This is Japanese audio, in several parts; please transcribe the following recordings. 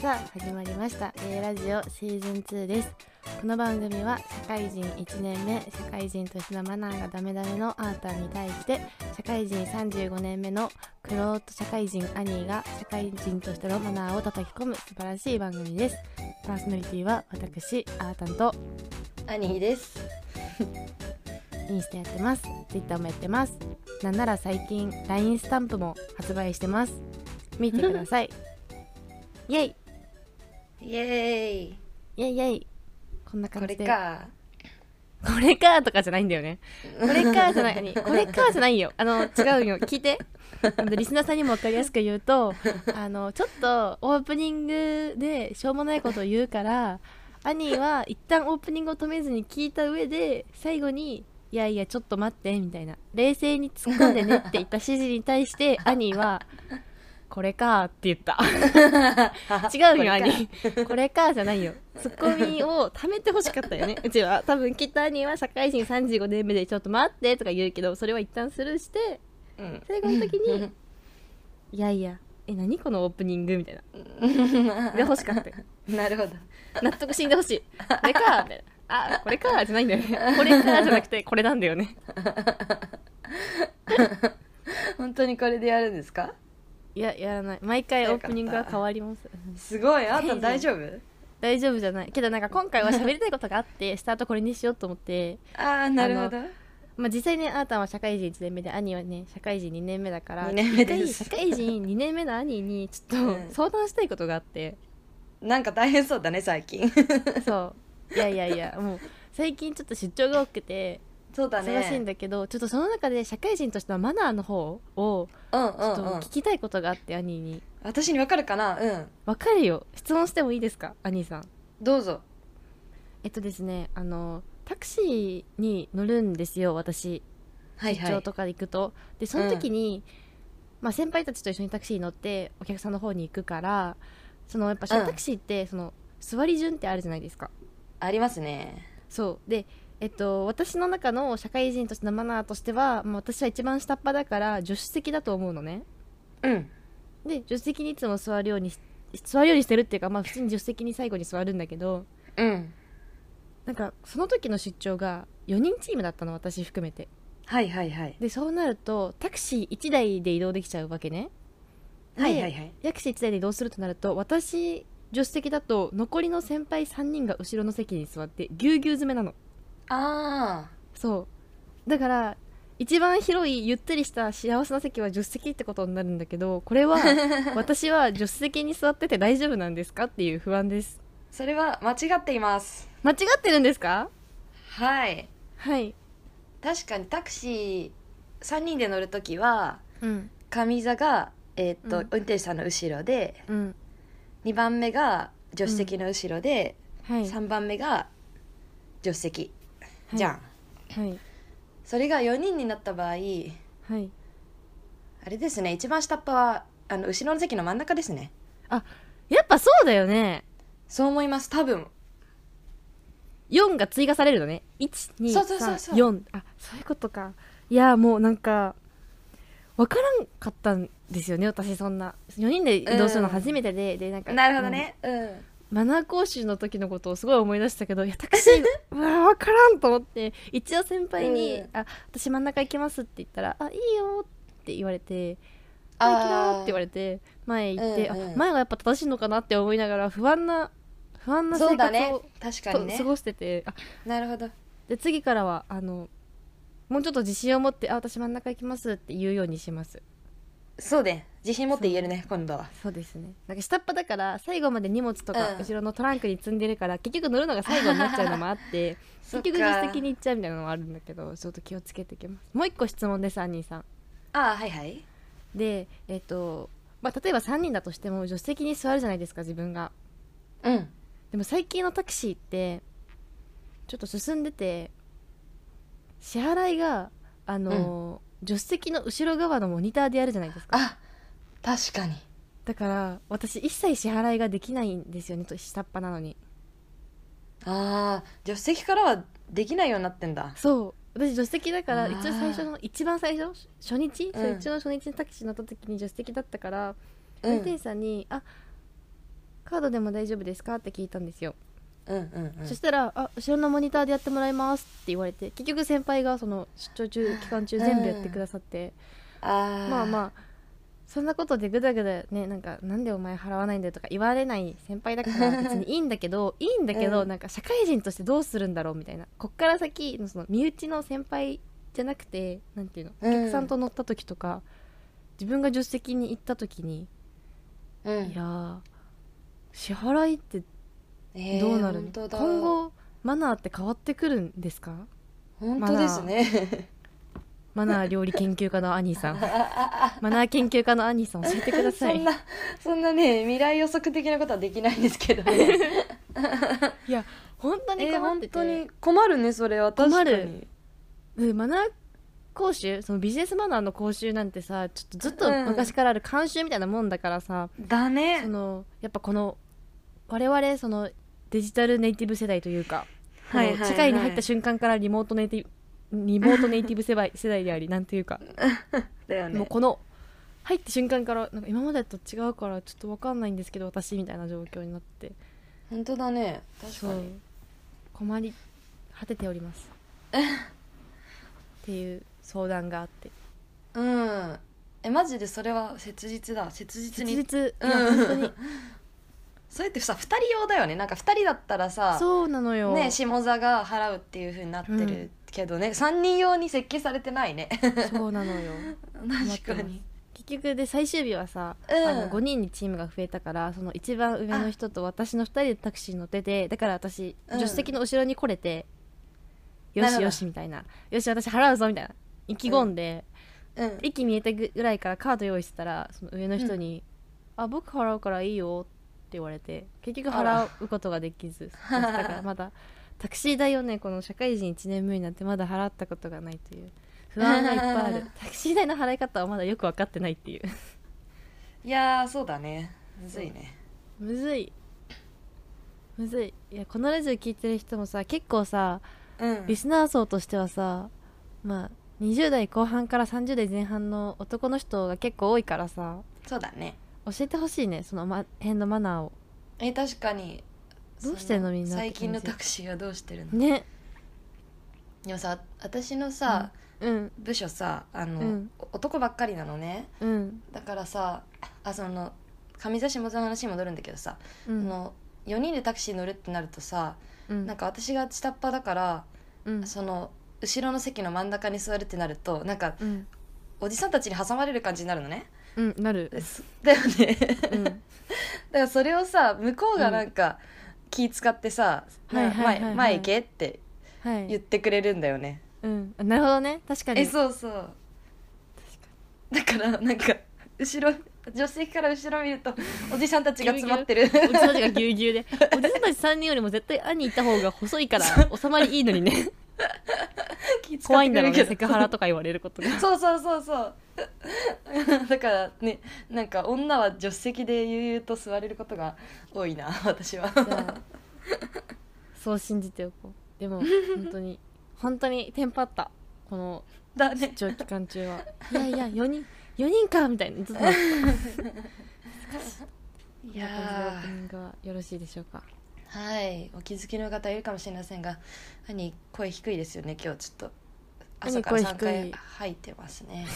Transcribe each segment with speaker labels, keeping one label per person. Speaker 1: さあ始まりました「A ラジオシーズン2」ですこの番組は社会人1年目社会人としてのマナーがダメダメのアーターに対して社会人35年目のクロート社会人アニーが社会人としてのマナーを叩き込む素晴らしい番組ですパーソナリティは私アータンと
Speaker 2: 兄です
Speaker 1: インスタやってます Twitter もやってますなんなら最近 LINE スタンプも発売してます見てくださいイェイ
Speaker 2: イエーイ
Speaker 1: イェイイェイこんな
Speaker 2: こ
Speaker 1: 感
Speaker 2: れ
Speaker 1: じで
Speaker 2: か
Speaker 1: これかとかじゃないんだよね。これかじゃない、何これかじゃないよ。あの、違うよ。聞いて。あのリスナーさんにも分かりやすく言うと、あの、ちょっとオープニングでしょうもないことを言うから、アニーは一旦オープニングを止めずに聞いた上で、最後に、いやいや、ちょっと待って、みたいな。冷静に突っ込んでねって言った指示に対して、アニーは、これかって言った。 違うよ、ア
Speaker 2: これか
Speaker 1: ニー。これかじゃないよ。ツッコミを貯めてほしかった よね。うちは。多分、きっとアニーは社会人35年目でちょっと待ってとか言うけど、それは一旦スルーして、
Speaker 2: うん
Speaker 1: 最後の時 に、いやいや、え、何このオープニングみたいな。が欲しか ったよ。
Speaker 2: なるほど
Speaker 1: 納得死んでほしい。これかみたいな。あ、これかじゃないんだよね。 これかじゃなくて、これなんだよね。
Speaker 2: 本当にこれでやるんですか
Speaker 1: いや、やらない。毎回
Speaker 2: よか
Speaker 1: オ
Speaker 2: っ
Speaker 1: ー
Speaker 2: た
Speaker 1: プニングは変わります。
Speaker 2: すごいあーたん大丈夫
Speaker 1: 大丈夫じゃない。けどなんか今回は喋りたいことがあって、スタートこれにしようと思って、
Speaker 2: ああなるほど
Speaker 1: まあ、実際ねあーたんは社会人1年目で兄はね社会人2年目だから
Speaker 2: 二年目です
Speaker 1: 社会人2年目の兄にちょっ
Speaker 2: うん
Speaker 1: と相談したいことがあって、
Speaker 2: なんか大変そうだね最 近
Speaker 1: そういやいやいやもう最近ちょっと出張が多くて
Speaker 2: そうだね
Speaker 1: 忙しいんだけど、ちょっとその中で社会人としてのマナーの方を
Speaker 2: うんう
Speaker 1: ちょっと
Speaker 2: んうん
Speaker 1: 聞きたいことがあって、兄に
Speaker 2: 私にわかるかなうん
Speaker 1: わかるよ質問してもいいですか兄さん
Speaker 2: どうぞ
Speaker 1: えっとですねあのタクシーに乗るんですよ私
Speaker 2: はい
Speaker 1: 出張とかで行くと、でその時に、まあ、先輩たちと一緒にタクシーに乗ってお客さんの方に行くからそのやっぱ
Speaker 2: うん
Speaker 1: タクシーってその座り順ってあるじゃないですか
Speaker 2: ありますね
Speaker 1: そうでえっと私の中の社会人としてのマナーとしては、まあ、私は一番下っ端だから助手席だと思うのね
Speaker 2: うん
Speaker 1: で助手席にいつも座るようにし座るようにしてるっていうか、まあ、普通に助手席に最後に座るんだけど
Speaker 2: うん
Speaker 1: なんかその時の出張が4人チームだったの私含めて
Speaker 2: はいはいはい
Speaker 1: でそうなるとタクシー1台で移動できちゃうわけねで
Speaker 2: はいはいはい
Speaker 1: タクシー1台で移動するとなると私助手席だと残りの先輩3人が後ろの席に座ってぎゅうぎゅう詰めなの
Speaker 2: あ
Speaker 1: そうだから一番広いゆったりした幸せな席は助手席ってことになるんだけどこれ は私は助手席に座ってて大丈夫なんですかっていう不安です
Speaker 2: あそれは間違っています
Speaker 1: 間違ってるんですか
Speaker 2: はい
Speaker 1: はい
Speaker 2: 確かにタクシー3人で乗るときは
Speaker 1: うん
Speaker 2: 上座が、えーっと
Speaker 1: うん
Speaker 2: 運転手さんの後ろで
Speaker 1: うん
Speaker 2: 2番目が助手席の後ろで、
Speaker 1: はい
Speaker 2: 3番目が助手席、じゃん
Speaker 1: はい
Speaker 2: それが4人になった場合あ
Speaker 1: はい
Speaker 2: れですね一番下っ端はあの後ろの席の真ん中ですね
Speaker 1: やっぱそうだよね
Speaker 2: そう思います多分
Speaker 1: 4が追加されるのね
Speaker 2: そうそうそうそう
Speaker 1: 1234あそういうことかいやもうなんか分からんかったんですよね私そんな4人で移動するの初めてで、でなんか
Speaker 2: なるほどねうん、
Speaker 1: うんマナー講習の時のことをすごい思い出したけどいやタク シーうわ分からんと思って一応先輩に「
Speaker 2: うん
Speaker 1: あ私真ん中行きます」って言ったら「あいいよ」って言われて「あ行きな」って
Speaker 2: あー
Speaker 1: 言われて前行って、
Speaker 2: うんうん
Speaker 1: あ前がやっぱ正しいのかなって思いながら不安な不安な
Speaker 2: そ
Speaker 1: 生
Speaker 2: うだ
Speaker 1: 活
Speaker 2: ね
Speaker 1: を
Speaker 2: 確か
Speaker 1: と、
Speaker 2: にね
Speaker 1: 過ごしててあ
Speaker 2: なるほど
Speaker 1: で次からはあのもうちょっと自信を持って「あ私真ん中行きます」って言うようにします
Speaker 2: そうね自信持って言えるね今度は
Speaker 1: そうですねなんか下っ端だから最後まで荷物とか
Speaker 2: うん
Speaker 1: 後ろのトランクに積んでるから、結局乗るのが最後になっちゃうのもあって
Speaker 2: そ
Speaker 1: 結
Speaker 2: っか
Speaker 1: 局助手席に行っちゃうみたいなのもあるんだけどちょっと気をつけていきますもう一個質問ですアニーさん
Speaker 2: ああはいはい
Speaker 1: でえっ、とまあ例えば3人だとしても助手席に座るじゃないですか自分が
Speaker 2: うん
Speaker 1: でも最近のタクシーってちょっと進んでて支払いがあの、助手席の後ろ側のモニターでやるじゃないですか
Speaker 2: あ確かに
Speaker 1: だから私一切支払いができないんですよねと下っ端なのに
Speaker 2: ああ助手席からはできないようになってんだ
Speaker 1: そう私助手席だから
Speaker 2: あ
Speaker 1: 一
Speaker 2: ー
Speaker 1: 応最初の一番最初初初日、
Speaker 2: うん
Speaker 1: 初日の初日にタクシー乗った時に助手席だったから、
Speaker 2: う
Speaker 1: 運転
Speaker 2: ん
Speaker 1: 手さんに「あカードでも大丈夫ですかって聞いたんですよ、
Speaker 2: うんうんうん
Speaker 1: そしたら「あ後ろのモニターでやってもらいます」って言われて結局先輩がその出張中期間中全部やってくださって、
Speaker 2: あー
Speaker 1: まあまあそんなことでぐだぐだねなんか「なんでお前払わないんだよ」とか言われない先輩だ から別にいいんだけどいいんだけど、
Speaker 2: うん
Speaker 1: なんか社会人としてどうするんだろうみたいなこっから先のその身内の先輩じゃなくてなんていうのお
Speaker 2: うん
Speaker 1: 客さんと乗った時とか、自分が助手席に行った時に、
Speaker 2: うん
Speaker 1: いやー支払いって
Speaker 2: えー
Speaker 1: どうなるの、
Speaker 2: 本当だ
Speaker 1: 今後マナーって変わってくるんですか
Speaker 2: 本当ですね
Speaker 1: マナー料理研究家のアニー さん
Speaker 2: ああ
Speaker 1: マナー研究家のアニーさん教えてくだ
Speaker 2: あ
Speaker 1: さ
Speaker 2: そ
Speaker 1: い
Speaker 2: んなそんなね未来予測的なことはできないんですけどね
Speaker 1: いや本当に
Speaker 2: えー
Speaker 1: 困っ
Speaker 2: 本
Speaker 1: てて、
Speaker 2: 当に困るねそれは確かに
Speaker 1: 困るうんマナー講習そのビジネスマナーの講習なんてさちょっとずっと
Speaker 2: うん
Speaker 1: 昔からある慣習みたいなもんだからさ、
Speaker 2: だね
Speaker 1: そのやっぱこの我々そのデジタルネイティブ世代というか、
Speaker 2: はいはいはい
Speaker 1: この社会に入った瞬間からリモートネイティブリモートネイティブ世代世代でありなんというか、
Speaker 2: だよね
Speaker 1: もうこの入った瞬間からなんか今までと違うからちょっとわかんないんですけど私みたいな状況になって
Speaker 2: 本当だね確か
Speaker 1: そう
Speaker 2: に
Speaker 1: 困り果てておりますっていう相談があって
Speaker 2: うんえマジでそれは切実だ切実
Speaker 1: 切
Speaker 2: に
Speaker 1: 実
Speaker 2: うん
Speaker 1: いや本当 に
Speaker 2: そうやってさ2人用だよねなんか2人だったらさ
Speaker 1: そうなのよ、
Speaker 2: ね下座が払うっていう風になってるけどね、三3人用に設計されてない ね
Speaker 1: そうなのよ
Speaker 2: 確かに
Speaker 1: 結局で最終日はさ、
Speaker 2: うん
Speaker 1: あの5人にチームが増えたからその一番上の人と私の2人でタクシーに乗っててだから私
Speaker 2: うん
Speaker 1: 助手席の後ろに来れて、よ
Speaker 2: なる
Speaker 1: し
Speaker 2: ほど
Speaker 1: よしみたいなよし私払うぞみたいな意気込んで、
Speaker 2: うん
Speaker 1: 駅見えたぐらいからカード用意してたらその上の人に「あ僕払うからいいよ」って言われて結局
Speaker 2: あ
Speaker 1: 払
Speaker 2: ら
Speaker 1: うことができずだからまだタクシー代をねこの社会人1年目になってまだ払ったことがないという不安がいっぱいあるタクシー代の払い方はまだよく分かってないっていう
Speaker 2: いやーそうだねむずいね
Speaker 1: むずいむずいいやこのラジオ聞いてる人もさ結構さ
Speaker 2: うん
Speaker 1: リスナー層としてはさまあ20代後半から30代前半の男の人が結構多いからさ
Speaker 2: そうだね
Speaker 1: 教えてほしいねその、ま、辺のマナーを
Speaker 2: え確かに
Speaker 1: どうしてんの
Speaker 2: そ
Speaker 1: みんな
Speaker 2: 最近のタクシーはどうしてるの
Speaker 1: ね
Speaker 2: でもさ私のさ、
Speaker 1: うん
Speaker 2: 部署さあの、
Speaker 1: うん
Speaker 2: お男ばっかりなのね
Speaker 1: うん
Speaker 2: だからさあその上座下座の話に戻るんだけどさ、
Speaker 1: う
Speaker 2: あ
Speaker 1: ん
Speaker 2: の4人でタクシー乗るってなるとさ、
Speaker 1: うん
Speaker 2: なんか私が下っ端だから、
Speaker 1: うん
Speaker 2: その後ろの席の真ん中に座るってなるとなんか
Speaker 1: うん
Speaker 2: おじさんたちに挟まれる感じになるのね
Speaker 1: うんなる
Speaker 2: ですだよね だ
Speaker 1: うん
Speaker 2: からそれをさ向こうがなんか気使ってさ「
Speaker 1: はいは
Speaker 2: な
Speaker 1: いはいはい
Speaker 2: 前前行け」って
Speaker 1: は
Speaker 2: 言っ
Speaker 1: い
Speaker 2: てくれるんだよね
Speaker 1: うんあなるほどね確かに
Speaker 2: えそうそうだからなんか後ろ助手席から後ろ見るとおじさんたちが詰まってる
Speaker 1: おじさんたちがぎゅうぎゅうでおじさんたち3人よりも絶対兄いた方が細いから収まりいいのにね
Speaker 2: 気使っ
Speaker 1: 怖
Speaker 2: てくれるけど
Speaker 1: いんだろうねセクハラとか言われることが
Speaker 2: そうそうそうそうだからねなんか女は助手席で悠々と座れることが多いな 私は
Speaker 1: じゃあそう信じておこうでも本当に本当にテンパったこの
Speaker 2: だね
Speaker 1: 出張期間中はいやい や4人4人かみたい なちょっと
Speaker 2: い
Speaker 1: いや
Speaker 2: や
Speaker 1: オープニングはよろしいでしょうか
Speaker 2: ーはいお気づきの方いるかもしれませんが兄声低いですよね今日ちょっと朝から
Speaker 1: 兄
Speaker 2: 3
Speaker 1: 声低
Speaker 2: 回
Speaker 1: い
Speaker 2: 入ってますね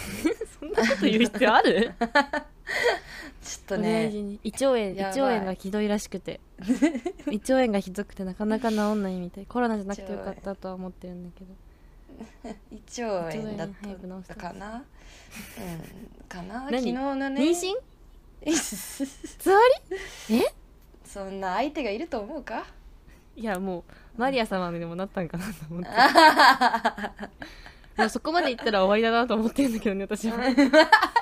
Speaker 1: そんなこと言う必 要ある
Speaker 2: ちょ
Speaker 1: お
Speaker 2: っと
Speaker 1: 大
Speaker 2: ね
Speaker 1: 事に胃腸炎胃
Speaker 2: やばい
Speaker 1: 腸炎がひどいらしくて胃腸炎がひどくてなかなか治んないみたいコロナじゃなくてよかったとは思ってるんだけど
Speaker 2: 胃腸炎だっ
Speaker 1: 胃腸炎早く治
Speaker 2: た
Speaker 1: して
Speaker 2: かなうんかな昨
Speaker 1: 何
Speaker 2: 日のね
Speaker 1: 妊娠つわりえ
Speaker 2: そんな相手がいると思うか
Speaker 1: いやもうマリア様にでもなったんかなと思って もうそこまでいったら終わりだなと思ってるんだけどね私は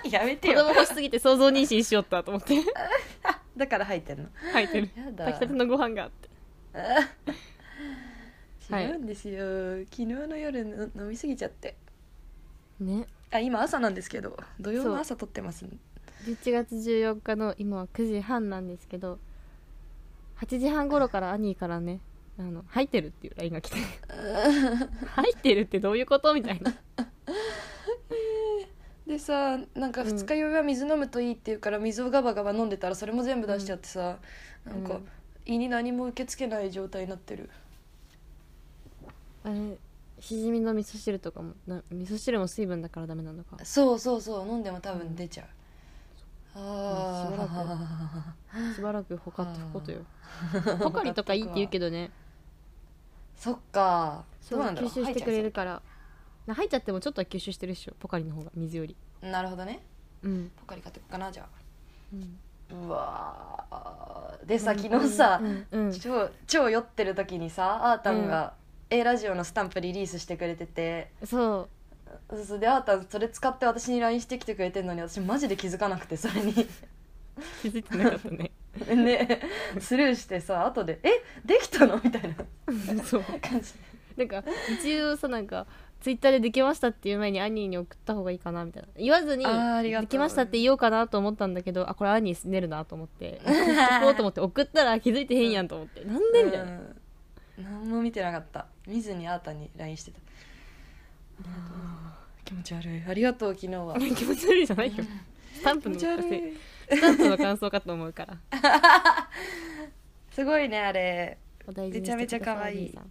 Speaker 2: やめて
Speaker 1: 子供
Speaker 2: よ
Speaker 1: 欲しすぎて想像妊娠しよったと思 って
Speaker 2: だから入ってんの
Speaker 1: 入ってる
Speaker 2: やだ
Speaker 1: 炊きた てのご飯があってはい
Speaker 2: 違うんですよ、昨日の夜の飲みすぎちゃって
Speaker 1: ね
Speaker 2: あ今朝なんですけど土曜の朝撮ってます
Speaker 1: 11月14日の今は9時半なんですけど8時半頃から兄からね「あの入ってる」っていう LINE が来て「入ってるってどういうこと?」みたいな
Speaker 2: でさなんか
Speaker 1: うん
Speaker 2: 二日酔いは水飲むといいって言うから水をガバガバ飲んでたらそれも全部出しちゃってさ、
Speaker 1: うん
Speaker 2: なんか、
Speaker 1: うん
Speaker 2: 胃に何も受け付けない状態になってる
Speaker 1: あれしじみの味噌汁とかもな味噌汁も水分だからダメなのか
Speaker 2: そうそうそう飲んでも多分出ちゃう、
Speaker 1: しばらく
Speaker 2: ああ
Speaker 1: しばらくほかってこと よポカリとかいいって言うけどね
Speaker 2: そっか
Speaker 1: そ
Speaker 2: ど
Speaker 1: う
Speaker 2: うなんだろ
Speaker 1: 吸
Speaker 2: う
Speaker 1: 収
Speaker 2: 入
Speaker 1: し
Speaker 2: ってちゃい
Speaker 1: くれ
Speaker 2: そ
Speaker 1: るからな入っちゃってもちょっとは吸収してるっしょポカリの方が水より
Speaker 2: うなるほどね
Speaker 1: うん、
Speaker 2: ポカリ買ってこっかなじゃあ
Speaker 1: うん、
Speaker 2: うわーでさ昨日さ、
Speaker 1: うんうん
Speaker 2: 超超酔ってる時にさあーたんが、A ラジオのスタンプリリースしてくれてて
Speaker 1: そう
Speaker 2: そうそうであーたんそれ使って私に LINE してきてくれてんのに私マジで気づかなくてそれ に
Speaker 1: 気づいてなかったね
Speaker 2: ねスルーしてさ後で「えできたの?」みたいな
Speaker 1: そう
Speaker 2: 感じ
Speaker 1: なんか一応さなんかツイッターでできましたっていう前にアニーに送った方がいいかなみたいな言わずに
Speaker 2: あーありがとう
Speaker 1: できましたって言おうかなと思ったんだけどあこれアニー寝るなと思 って送っとこうと思って送ったら気づいてへんやんと思ってなんでみたいな、
Speaker 2: うん何も見てなかった見ずにあーたんに LINE してたあー気持ち悪いありがとう昨日は
Speaker 1: 気持ち悪いじゃ ないよスタン
Speaker 2: 気
Speaker 1: プ
Speaker 2: 持
Speaker 1: の
Speaker 2: ち悪い
Speaker 1: スタンプの感想かと思うから
Speaker 2: すごいね あれ
Speaker 1: お大事にしてください
Speaker 2: めちゃめちゃ可愛い
Speaker 1: お兄さん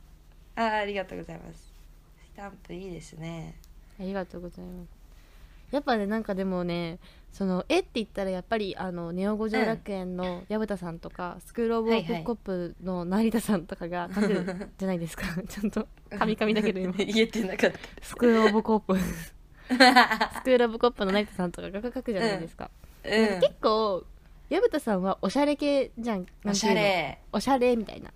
Speaker 2: あーありがとうございますスタンプいいですね
Speaker 1: ありがとうございますやっぱねなんかでもねその絵って言ったらやっぱりあのネオ五条楽園の矢蓋さんとか、スクール・オブ・オブ・コップの成田さんとかが描くじゃない ですかちゃんとカミカミだけど今
Speaker 2: 言えてなかった
Speaker 1: スクール・オブ・コップス クール・オブ・コップの成田さんとかが描くじゃないですか、
Speaker 2: うん
Speaker 1: 結構矢蓋さんはおしゃれ系じゃんなんていうの
Speaker 2: おしゃれ
Speaker 1: おしゃれみたいな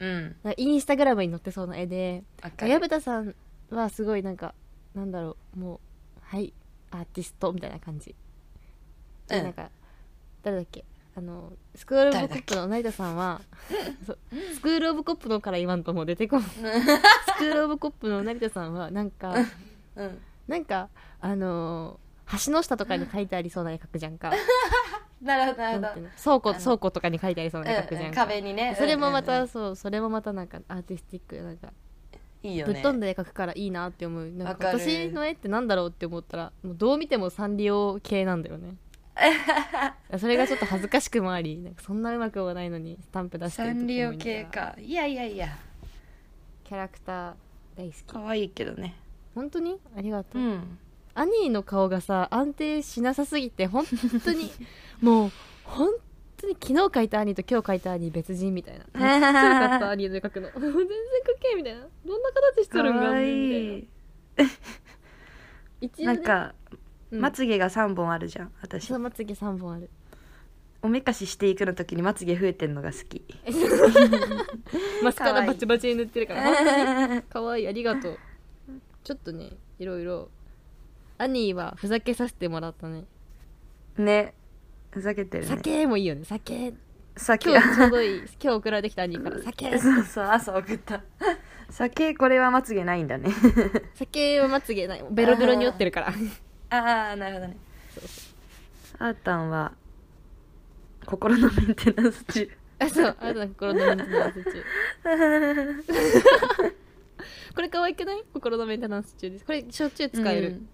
Speaker 2: うん
Speaker 1: なんかインスタグラムに載ってそうな絵で
Speaker 2: わかる
Speaker 1: 矢蓋さんはすごいなんかなんだろうもうはいアーティストみたいな感じで、
Speaker 2: うん
Speaker 1: なんか誰だっけあのスクール・オブ・コ
Speaker 2: 誰だっ
Speaker 1: ッ
Speaker 2: け
Speaker 1: プの成田さんはそうスクール・オブ・コップのから言わんともう出てこんスクール・オブ・コップの成田さんはなんか
Speaker 2: うん
Speaker 1: なんかあのー橋の下とかに書いてありそうな絵描くじゃんか
Speaker 2: なるほどな
Speaker 1: な
Speaker 2: る
Speaker 1: んて
Speaker 2: ほ
Speaker 1: いうの倉
Speaker 2: ど
Speaker 1: 庫
Speaker 2: あの
Speaker 1: 倉庫とかに書いてありそうな絵描くじ
Speaker 2: うん
Speaker 1: ゃ
Speaker 2: うんん、
Speaker 1: か、
Speaker 2: 壁にね
Speaker 1: それもま
Speaker 2: うん
Speaker 1: た
Speaker 2: うん
Speaker 1: そうそれもまたなんかアーティスティックなんか
Speaker 2: うんいいよ
Speaker 1: ぶ
Speaker 2: ね
Speaker 1: っ飛んで描くからいいなって思うなんか
Speaker 2: わかる
Speaker 1: 私の絵ってなんだろうって思ったらもうどう見てもサンリオ系なんだよ ねそれがちょっと恥ずかしくもありなんかそんなうまくはないのにスタンプ出して
Speaker 2: サ
Speaker 1: る
Speaker 2: ンリ
Speaker 1: 時
Speaker 2: オ
Speaker 1: もいい
Speaker 2: 系
Speaker 1: ながら
Speaker 2: かいやいやいや
Speaker 1: キャラクター大好き
Speaker 2: 可愛いけどね
Speaker 1: 本当にありがと
Speaker 2: う
Speaker 1: う、
Speaker 2: ん
Speaker 1: アニーの顔がさ安定しなさすぎて本当に もう本当に昨日描いたアニーと今日描いたアニー別人みたい なめっちゃ良かったアニーで描くの 全然描けんみたいなどんな形しとるんがあんねんみたいな一応ね
Speaker 2: なんか
Speaker 1: うん
Speaker 2: まつげが三本あるじゃん私
Speaker 1: そうまつげ3本ある
Speaker 2: おめかししていくの時にまつげ増えてんのが好き
Speaker 1: マスカ
Speaker 2: かわ
Speaker 1: ラ
Speaker 2: いい
Speaker 1: バチバチに塗ってるから本 当に可愛いありがとうちょっとねいろいろアニーはふざけさせてもらったね
Speaker 2: ねふざけてるね
Speaker 1: 酒もいいよね酒
Speaker 2: 酒
Speaker 1: 今日ちょうどいい今日送られてきたアニーから酒
Speaker 2: そうそう朝送った 酒これはまつげないん だね
Speaker 1: 酒はまつげないベロベロに酔ってるから
Speaker 2: ああなるほどね
Speaker 1: そう
Speaker 2: あーたんは心のメンテナンス中
Speaker 1: あそうあなたの心のメンテナンス中これ可愛くない心のメンテナンス中ですこれしょっちゅう 使える、
Speaker 2: うん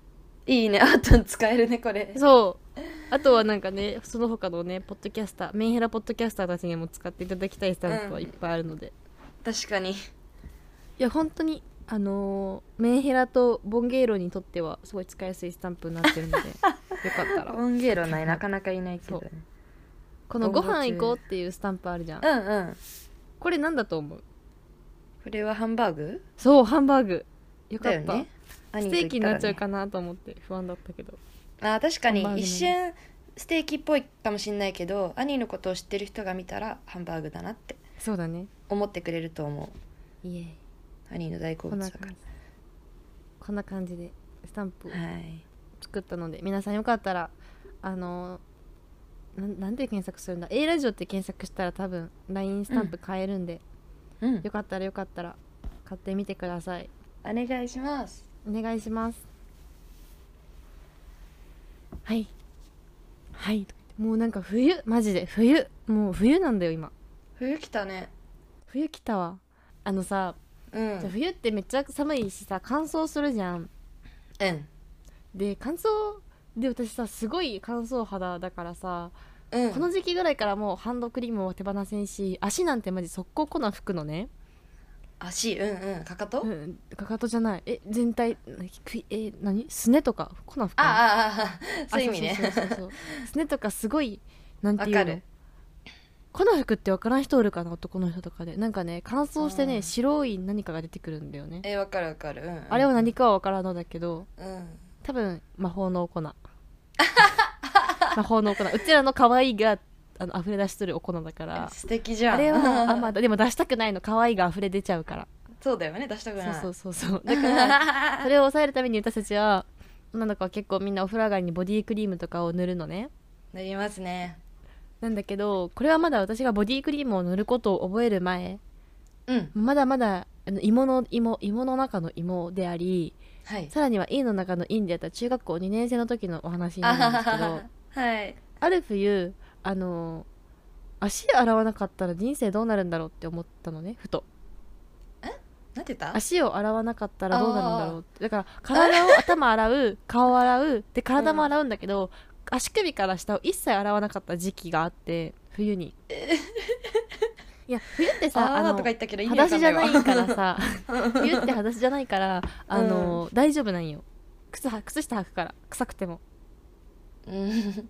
Speaker 2: いいねあーたん使えるねこれ
Speaker 1: そうあとはなんかねその他のねポッドキャスターメンヘラポッドキャスターたちにも使っていただきたいスタンプはいっぱいあるので、い
Speaker 2: 確かに
Speaker 1: や本当にあのーメンヘラとボンゲーロにとってはすごい使いやすいスタンプになってるので よかったら
Speaker 2: ボンゲーロないなかなかいないけど、ね、
Speaker 1: この「ご飯行こう」っていうスタンプあるじゃん
Speaker 2: うんうん
Speaker 1: これなんだと思う
Speaker 2: これはハンバーグ
Speaker 1: そうハンバーグよか
Speaker 2: だよ
Speaker 1: った、
Speaker 2: ね
Speaker 1: ステーキになっちゃう
Speaker 2: ら
Speaker 1: かなと思って不安だったけど
Speaker 2: あー確か
Speaker 1: ハンバーグなの
Speaker 2: に一瞬ステーキっぽいかもしんないけど兄のことを知ってる人が見たらハンバーグだなって
Speaker 1: そうだね
Speaker 2: 思ってくれると思
Speaker 1: いえ
Speaker 2: う兄の大好
Speaker 1: こ
Speaker 2: 物
Speaker 1: んな
Speaker 2: だか
Speaker 1: 感じこんな感じでスタンプを
Speaker 2: らはい
Speaker 1: 作ったので皆さんよかったらあのなんなんで検索するんだ A ラジオって検索したら多分 LINE スタンプ買えるんで、
Speaker 2: うん
Speaker 1: よかったらよかったら買ってみてください
Speaker 2: お願いします
Speaker 1: お願いしますはいはいもうなんか冬マジで冬もう冬なんだよ今
Speaker 2: 冬来たね
Speaker 1: 冬来たわあのさ、
Speaker 2: うん
Speaker 1: じゃあ冬ってめっちゃ寒いしさ乾燥するじゃん
Speaker 2: うん
Speaker 1: で乾燥で私さすごい乾燥肌だからさ、
Speaker 2: うん、
Speaker 1: この時期ぐらいからもうハンドクリームを手放せんし足なんてマジ速攻粉吹くのね、
Speaker 2: 足うんうんかかと、
Speaker 1: う
Speaker 2: あ
Speaker 1: ん、かかとじゃないえ全体くいえ何すねとか粉吹くの
Speaker 2: あああそういう意味ね
Speaker 1: そうそうそうそうすねとかすごいなんていう
Speaker 2: わか
Speaker 1: の
Speaker 2: る
Speaker 1: この服って分からん人おるかな男の人とかでなんかね乾燥して
Speaker 2: う
Speaker 1: ね
Speaker 2: ん
Speaker 1: 白い何かが出てくるんだよね
Speaker 2: えわかるわかる、うんうん
Speaker 1: あれは何かは分からんのだけど
Speaker 2: うん
Speaker 1: 多分魔法のお 粉魔法のお粉うちらの可愛いがあの溢れ出しとるお粉だから
Speaker 2: 素敵じゃん
Speaker 1: あれはあまあでも出したくないの可愛いが溢れ出ちゃうから
Speaker 2: そうだよね出したくない
Speaker 1: そうそうそうそうだからそれを抑えるために私たちは女の子は結構みんなお風呂上がりにボディクリームとかを塗るのね
Speaker 2: なりますね
Speaker 1: なんだけどこれはまだ私がボディクリームを塗ることを覚える前
Speaker 2: うん
Speaker 1: まだまだあの芋の芋芋の中の芋であり
Speaker 2: はい
Speaker 1: さらにはインの中のインであった中学校2年生の時のお話になるんですけ
Speaker 2: あは
Speaker 1: ど
Speaker 2: は はい
Speaker 1: ある冬あの足洗わなかったら人生どうなるんだろうって思ったのねふと
Speaker 2: なんて言った
Speaker 1: 足を洗わなかったらどうなるんだろうってだから体を頭洗う顔洗うで体も洗うんだけど、足首から下を一切洗わなかった時期があって冬にいや冬ってさ
Speaker 2: あ
Speaker 1: あ
Speaker 2: ー
Speaker 1: の
Speaker 2: とか言ったけど意味
Speaker 1: 裸
Speaker 2: わ
Speaker 1: 足
Speaker 2: かん
Speaker 1: じ
Speaker 2: な
Speaker 1: ゃな
Speaker 2: いわ
Speaker 1: いからさ冬って裸足じゃないからあの、大丈夫なんよ靴は靴下履くから臭くても、
Speaker 2: うん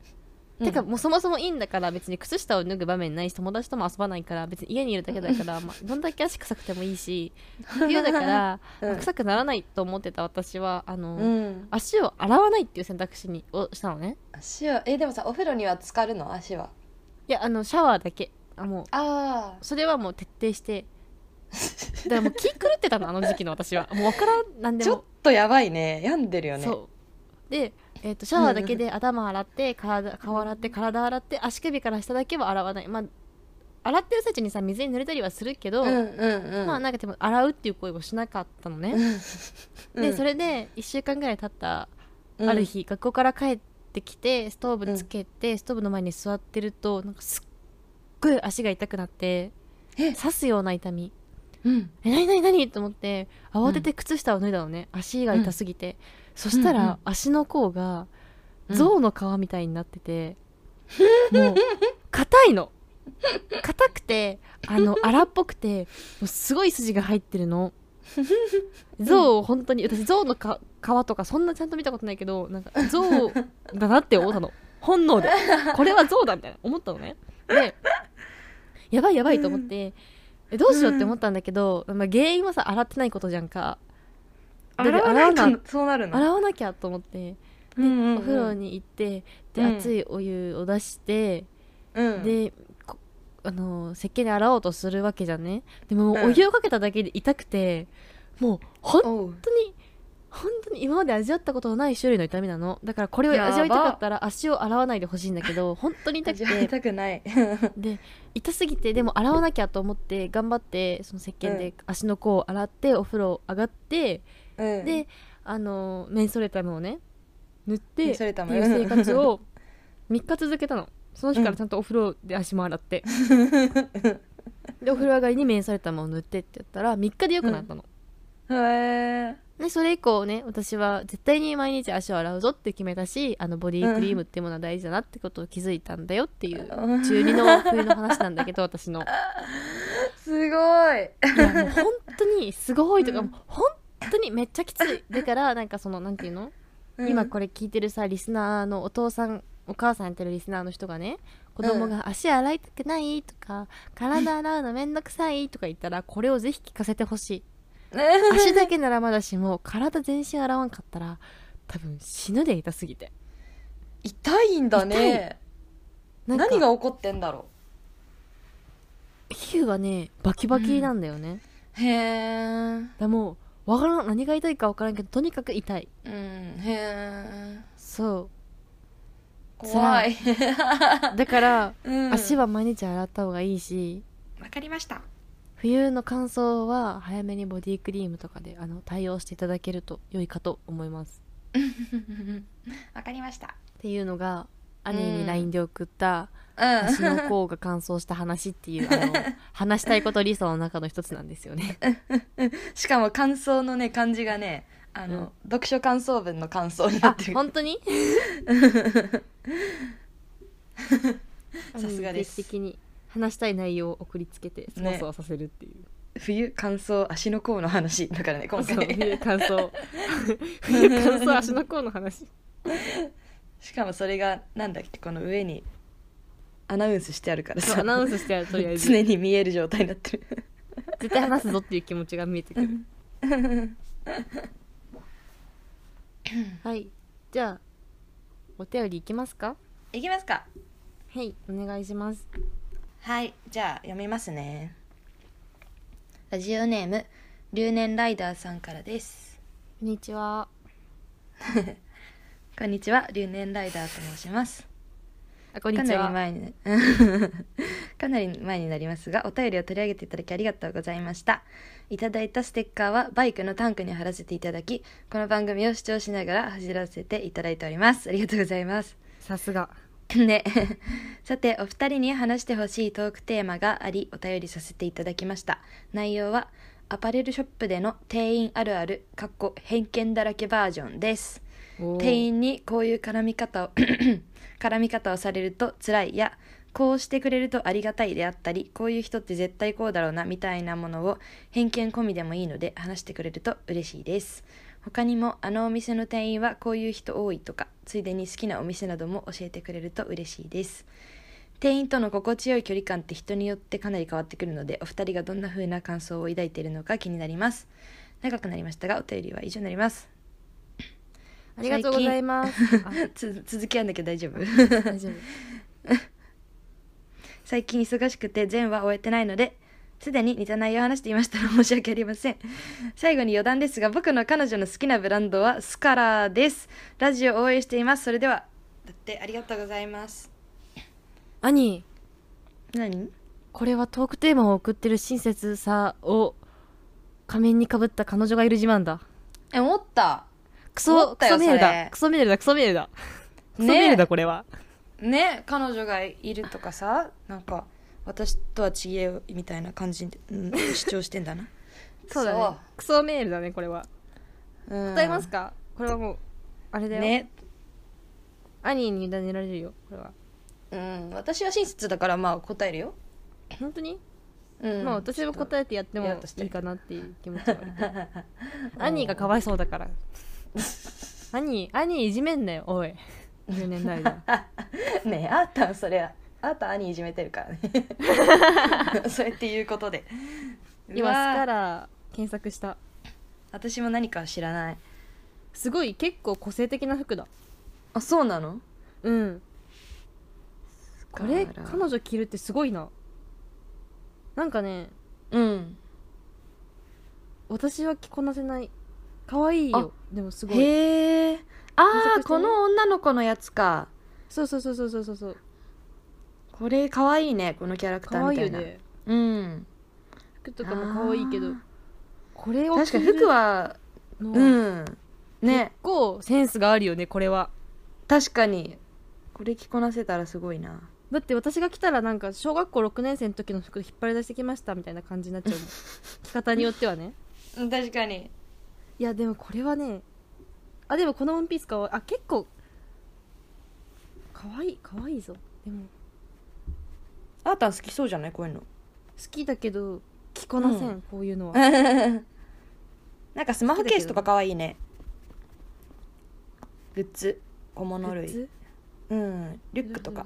Speaker 1: てかもうそもそもいいんだから別に靴下を脱ぐ場面ないし友達とも遊ばないから別に家にいるだけだから、 まあ、どんだけ足臭くてもいいし冬だから、
Speaker 2: うん
Speaker 1: 臭くならないと思ってた私はあの、
Speaker 2: うん
Speaker 1: 足を洗わないっていう選択肢にをしたのね
Speaker 2: 足はえでもさお風呂には浸かるの足はい
Speaker 1: やあのシャワーだけあもう
Speaker 2: あ
Speaker 1: それはもう徹底 してだからもう気狂ってたのあの時期の私はもう分からんなん
Speaker 2: あ
Speaker 1: で
Speaker 2: ち
Speaker 1: も
Speaker 2: ょっとやばいね病んでるよね
Speaker 1: そうで、えー、とシャワーだけで頭洗って体顔洗って体洗って足首から下だけは洗わないまあ洗ってる最中にさ水に濡れたりはするけど、
Speaker 2: うんうんうん
Speaker 1: まあなんかでも洗うっていう行為をしなかったのね、でそ
Speaker 2: れ
Speaker 1: れで1週間ぐらい経ったある日、学校から帰ってきてストーブつけて、ストーブの前に座ってるとなんかすっごい足が痛くなって
Speaker 2: え
Speaker 1: 刺すような痛み
Speaker 2: うん
Speaker 1: え何何何と思って慌てて靴下を脱いだのね、足が痛すぎて、そした
Speaker 2: うんうん
Speaker 1: ら足の甲が
Speaker 2: うん
Speaker 1: 象の皮みたいになって て、もう硬いの硬くてあ の荒っぽくてもうすごい筋が入ってるの象を本当に私象のか皮とかそんなちゃんと見たことないけどなんか象だなって思ったの本能でこれは象だみたいな思ったのねでやばいやばいと思って、えどうしようって思ったんだけど、まあ、原因はさ洗ってないことじゃんか
Speaker 2: 洗わないとそうなるの
Speaker 1: 洗わなきゃと思って
Speaker 2: うんうんうん
Speaker 1: お風呂に行ってで、
Speaker 2: うん
Speaker 1: 熱いお湯を出して、
Speaker 2: うん
Speaker 1: でこあの石鹸で洗おうとするわけじゃんねでも
Speaker 2: うん
Speaker 1: お湯をかけただけで痛くてもう本
Speaker 2: おう
Speaker 1: 当に本当に今まで味わったことのない種類の痛みなのだからこれを味わいたかったら足を洗わないでほしいんだけ ど本当に痛く
Speaker 2: 味わい
Speaker 1: て
Speaker 2: たくない
Speaker 1: で痛すぎてでも洗わなきゃと思って頑張ってその石鹸で足の甲を洗ってお風呂上がって、
Speaker 2: うん
Speaker 1: であのメンソレタムをね塗って
Speaker 2: メンソレタム
Speaker 1: っていう生活 を3日続けたのその日からちゃんとお風呂で足も洗 って、でお風呂上がりにメンソレタムを塗ってってやったら3日で良くなったの、
Speaker 2: へえ
Speaker 1: でそれ以降ね私は絶対に毎日足を洗うぞって決めたしあのボディクリームっていうものは大事だなってことを気づいたんだよっていう
Speaker 2: うん
Speaker 1: 中二の冬の話なんだ けど私の
Speaker 2: すごい
Speaker 1: いやもう本当にすごいとか、もう本当にめっちゃきついだからなんかそのなんていうの、今これ聞いてるさリスナーのお父さんお母さんやってるリスナーの人がね子供が足洗いたくないとか、体洗うのめんどくさいとか言ったらこれをぜひ聞かせてほし い足だけならまだしも体全身洗わんかったら多分死ぬで痛すぎて
Speaker 2: 痛いんだね
Speaker 1: なんか
Speaker 2: 何が起こってんだろ
Speaker 1: 皮膚がねバキバキなんだよね、
Speaker 2: うへ
Speaker 1: だ
Speaker 2: え
Speaker 1: からもうわからん何が痛いかわからんけどとにかく痛い
Speaker 2: うんへえ
Speaker 1: そ
Speaker 2: 怖い、
Speaker 1: うだから
Speaker 2: うん
Speaker 1: 足は毎日洗った方がいいし
Speaker 2: わかりま した
Speaker 1: 冬の乾燥は早めにボディクリームとかであの対応していただけると良いかと思います
Speaker 2: わかりました
Speaker 1: っていうのが
Speaker 2: ん
Speaker 1: 姉に LINE で送った
Speaker 2: うん
Speaker 1: 足の甲が乾燥した話っていうあの 話したいことリストの中の一つなんですよね
Speaker 2: しかも感想のね感じがねあの、
Speaker 1: うん
Speaker 2: 読書感想文の感想にな
Speaker 1: あ
Speaker 2: ってる
Speaker 1: 本当に
Speaker 2: さすがです
Speaker 1: 定期的に話したい内容を送りつけてそわそわさせるっていう、
Speaker 2: 冬感想足の甲の話だからね今
Speaker 1: そう
Speaker 2: 回
Speaker 1: 冬感想冬感想足の甲の話
Speaker 2: しかもそれがなんだっけこの上にアナウンスしてあるから
Speaker 1: そう
Speaker 2: さ
Speaker 1: アナウンスしてあるとりあえず
Speaker 2: 常に見える状態になってる
Speaker 1: 絶対話すぞっていう気持ちが見えてくる はいじゃあお便りいきますか
Speaker 2: いきますか
Speaker 1: はいお願いします
Speaker 2: はいじゃあ読みますねラジオネーム留年ライダーさんからです
Speaker 1: こんにちは
Speaker 2: こんにちは留年ライダーと申します
Speaker 1: あこんに
Speaker 2: か
Speaker 1: ち
Speaker 2: なり
Speaker 1: は
Speaker 2: 前に かなり前になりますがお便りを取り上げていただきありがとうございましたいただいたステッカーはバイクのタンクに貼らせていただきこの番組を視聴しながら走らせていただいておりますありがとうございます
Speaker 1: さすが
Speaker 2: ね、 さてお二人に話してほしいトークテーマがありお便りさせていただきました内容はアパレルショップでの店員あるあるかっこ偏見だらけバージョンです店員にこういう絡み方を 絡み方をされると辛いやこうしてくれるとありがたいであったりこういう人って絶対こうだろうなみたいなものを偏見込みでもいいので話してくれると嬉しいです他にもあのお店の店員はこういう人多いとかついでに好きなお店なども教えてくれると嬉しいです店員との心地よい距離感って人によってかなり変わってくるのでお二人がどんな風な感想を抱いているのか気になります長くなりましたがお便りは以上になります
Speaker 1: ありがとうございますあ
Speaker 2: つ続きあんだけど大丈夫
Speaker 1: 大丈夫
Speaker 2: 最近忙しくて全話終えてないのですでに似た内容を話していましたら申し訳ありません最後に余談ですが僕の彼女の好きなブランドはスカラですラジオ応援していますそれではだってありがとうございます
Speaker 1: 兄
Speaker 2: 何
Speaker 1: これはトークテーマを送ってる親切さを仮面にかぶった彼女がいる自慢だ
Speaker 2: え思った
Speaker 1: ク
Speaker 2: 思
Speaker 1: ソ
Speaker 2: っ
Speaker 1: ク
Speaker 2: たよ
Speaker 1: ソメール
Speaker 2: それ
Speaker 1: だクソメールだクソメールだクソメールだこれは
Speaker 2: ね彼女がいるとかさなんか私とは違えよみたいな感じで、うん、主張してんだな
Speaker 1: そうだねクソメールだねこれは
Speaker 2: そううん
Speaker 1: 答えますかこれはもうあれだよ、
Speaker 2: ね
Speaker 1: 兄に委ねられるよこれは
Speaker 2: うん私は親切だからまあ答えるよ、
Speaker 1: 本当に、
Speaker 2: うん、
Speaker 1: まあ私も答えてやっても
Speaker 2: イラッとして
Speaker 1: い
Speaker 2: る
Speaker 1: いかなっていう気持ちはある兄がかわいそうだから兄兄いじめんなよおい10年 代だ
Speaker 2: ねえあーたんそれあーたん兄いじめてるからね そうやっていうことで
Speaker 1: 今
Speaker 2: う
Speaker 1: ス
Speaker 2: わー
Speaker 1: カラ検索した
Speaker 2: 私も何か知らない
Speaker 1: すごい結構個性的な服だ
Speaker 2: あそうなの
Speaker 1: うんこれ
Speaker 2: だから
Speaker 1: 彼女着るってすごいななんかね
Speaker 2: うん
Speaker 1: 私は着こなせない可愛いよでもすごい
Speaker 2: へえ
Speaker 1: 検
Speaker 2: あ
Speaker 1: 索
Speaker 2: あ
Speaker 1: して
Speaker 2: この女の子のやつか
Speaker 1: そうそうそうそうそうそうそう
Speaker 2: これかわいいねこのキャラクタ
Speaker 1: 可
Speaker 2: ーみ
Speaker 1: 愛い
Speaker 2: た
Speaker 1: よ
Speaker 2: いな
Speaker 1: ね
Speaker 2: うん
Speaker 1: 服とかも可愛いけ
Speaker 2: あ
Speaker 1: ど
Speaker 2: ー
Speaker 1: これを
Speaker 2: 確かに服は
Speaker 1: の
Speaker 2: うんね
Speaker 1: 結構センスがあるよねこれは
Speaker 2: 確かにこれ着こなせたらすごいな
Speaker 1: だって私が来たらなんか小学校6年生の時の服引っ張り出してきましたみたいな感じになっ ちゃうもん着方によってはね
Speaker 2: 確かに
Speaker 1: いやでもこれはねあでもこのワンピースかわいあ結構かわいいかわいいぞでも
Speaker 2: あーたん好きそうじゃないこういう の
Speaker 1: 好きだけど着こなせん、
Speaker 2: う
Speaker 1: こういうのは
Speaker 2: なんかスマホケースとか可愛いねグッズ小物
Speaker 1: グッ
Speaker 2: 類
Speaker 1: ズ
Speaker 2: うんリュックとか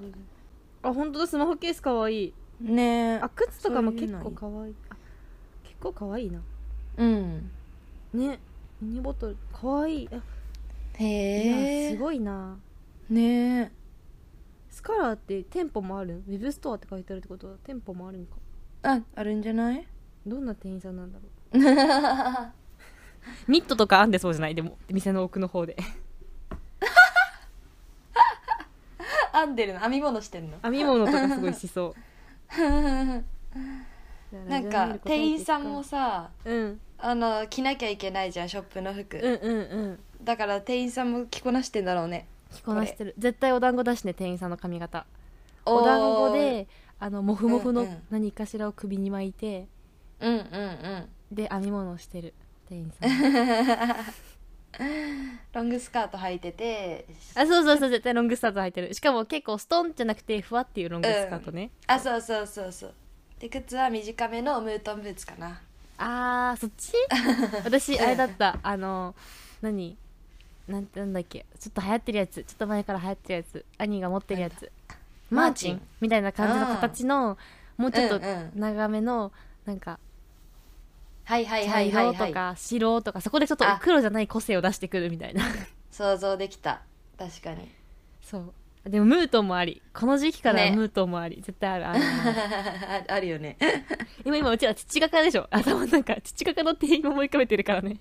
Speaker 1: あ本当だスマホケースかわいい
Speaker 2: ねえ
Speaker 1: あ靴とかも結
Speaker 2: そ
Speaker 1: 構
Speaker 2: ういうの
Speaker 1: かわいいあ結構かわいいな
Speaker 2: うん
Speaker 1: ねミニボトルかわいいあい
Speaker 2: へ
Speaker 1: や
Speaker 2: え
Speaker 1: すごいな
Speaker 2: ねえ
Speaker 1: スカラーって店舗もあるウェブストアって書いてあるってことは店舗もあるのか
Speaker 2: ああるんじゃない
Speaker 1: どんな店員さんなんだろ
Speaker 2: あ
Speaker 1: うニットとか編んでそうじゃないでも店の奥の方で
Speaker 2: んでるの編み物してんの
Speaker 1: 編み物とかすごいしそう
Speaker 2: なんか店員さんもさ
Speaker 1: うん
Speaker 2: あの着なきゃいけないじゃんショップの服、
Speaker 1: うんうんうん
Speaker 2: だから店員さんも着こなしてんだろうね
Speaker 1: 着こなしてる絶対お団子だしね店員さんの髪型
Speaker 2: ー
Speaker 1: お団子であのモフモフ
Speaker 2: う
Speaker 1: の
Speaker 2: んうん
Speaker 1: 何かしらを首に巻いて、
Speaker 2: うんうんうん
Speaker 1: で編み物をしてる店員さん
Speaker 2: ロングスカート履いてて
Speaker 1: あそうそうそう絶対ロングスカート履いてるしかも結構ストンじゃなくてふわっていうロングスカートね、
Speaker 2: あそうそうそうそうで靴は短めのムートンブーツかな
Speaker 1: あーそっ ち私あれだったあの何なんなんだっけちょっと流行ってるやつちょっと前から流行ってるやつ兄が持ってるやつマ
Speaker 2: マ
Speaker 1: ー
Speaker 2: ー
Speaker 1: チ
Speaker 2: チ
Speaker 1: ン
Speaker 2: ン
Speaker 1: みたいな感じの形のもうちょっと
Speaker 2: うんうん
Speaker 1: 長めのなんか
Speaker 2: はいはい
Speaker 1: 茶
Speaker 2: はいは
Speaker 1: 色
Speaker 2: いは
Speaker 1: と
Speaker 2: い
Speaker 1: か白とかそこでちょっと
Speaker 2: あ
Speaker 1: 黒じゃない個性を出してくるみたいな
Speaker 2: 想像できた確かに
Speaker 1: そうでもムートンもありこの時期から
Speaker 2: ね
Speaker 1: ムートンもあり、絶対あるあるある
Speaker 2: ああるよ ね
Speaker 1: 今今うちら父画家でし ょ頭の中父画家の店員を思い浮かべてるからね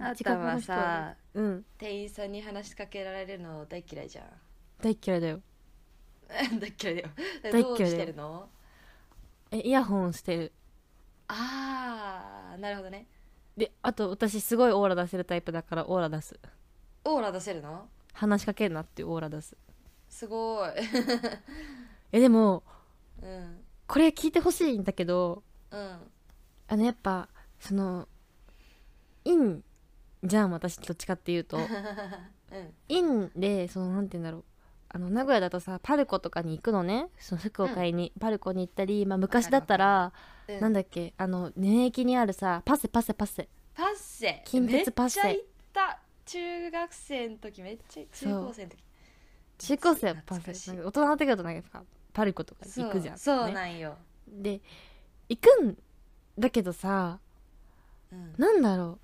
Speaker 2: あたはさ
Speaker 1: うん
Speaker 2: 店員さんに話しかけられるの大嫌いじゃん
Speaker 1: 大嫌いだよ
Speaker 2: 大嫌いだよ
Speaker 1: 嫌いだよ
Speaker 2: どうしてるの
Speaker 1: えイヤホンしてる
Speaker 2: あーなるほどね
Speaker 1: であと私すごいオーラ出せるタイプだからオーラ出す
Speaker 2: オーラ出せるの
Speaker 1: 話しかけるなっていうオーラ出す
Speaker 2: すごい
Speaker 1: えでも
Speaker 2: うん
Speaker 1: これ聞いてほしいんだけど
Speaker 2: うん
Speaker 1: あのやっぱそのインじゃん私どっちかっていうと
Speaker 2: うん
Speaker 1: インでそのなんて言うんだろうあの名古屋だとさパルコとかに行くのねその服を買いに、パルコに行ったり、まあ、昔だったら
Speaker 2: うん
Speaker 1: なんだっけあの粘液にあるさパセパセパセ
Speaker 2: パッセ
Speaker 1: 近鉄パッセ
Speaker 2: めっちゃ行った中学生の時めっちゃ中高生の時
Speaker 1: 中高生はパ
Speaker 2: 懐かし
Speaker 1: セ
Speaker 2: い
Speaker 1: なんか大人になってくるとなんかパルコとか行くじゃん
Speaker 2: そうそう
Speaker 1: ね
Speaker 2: なんよ、
Speaker 1: で行くんだけどさ
Speaker 2: うん
Speaker 1: なんだろ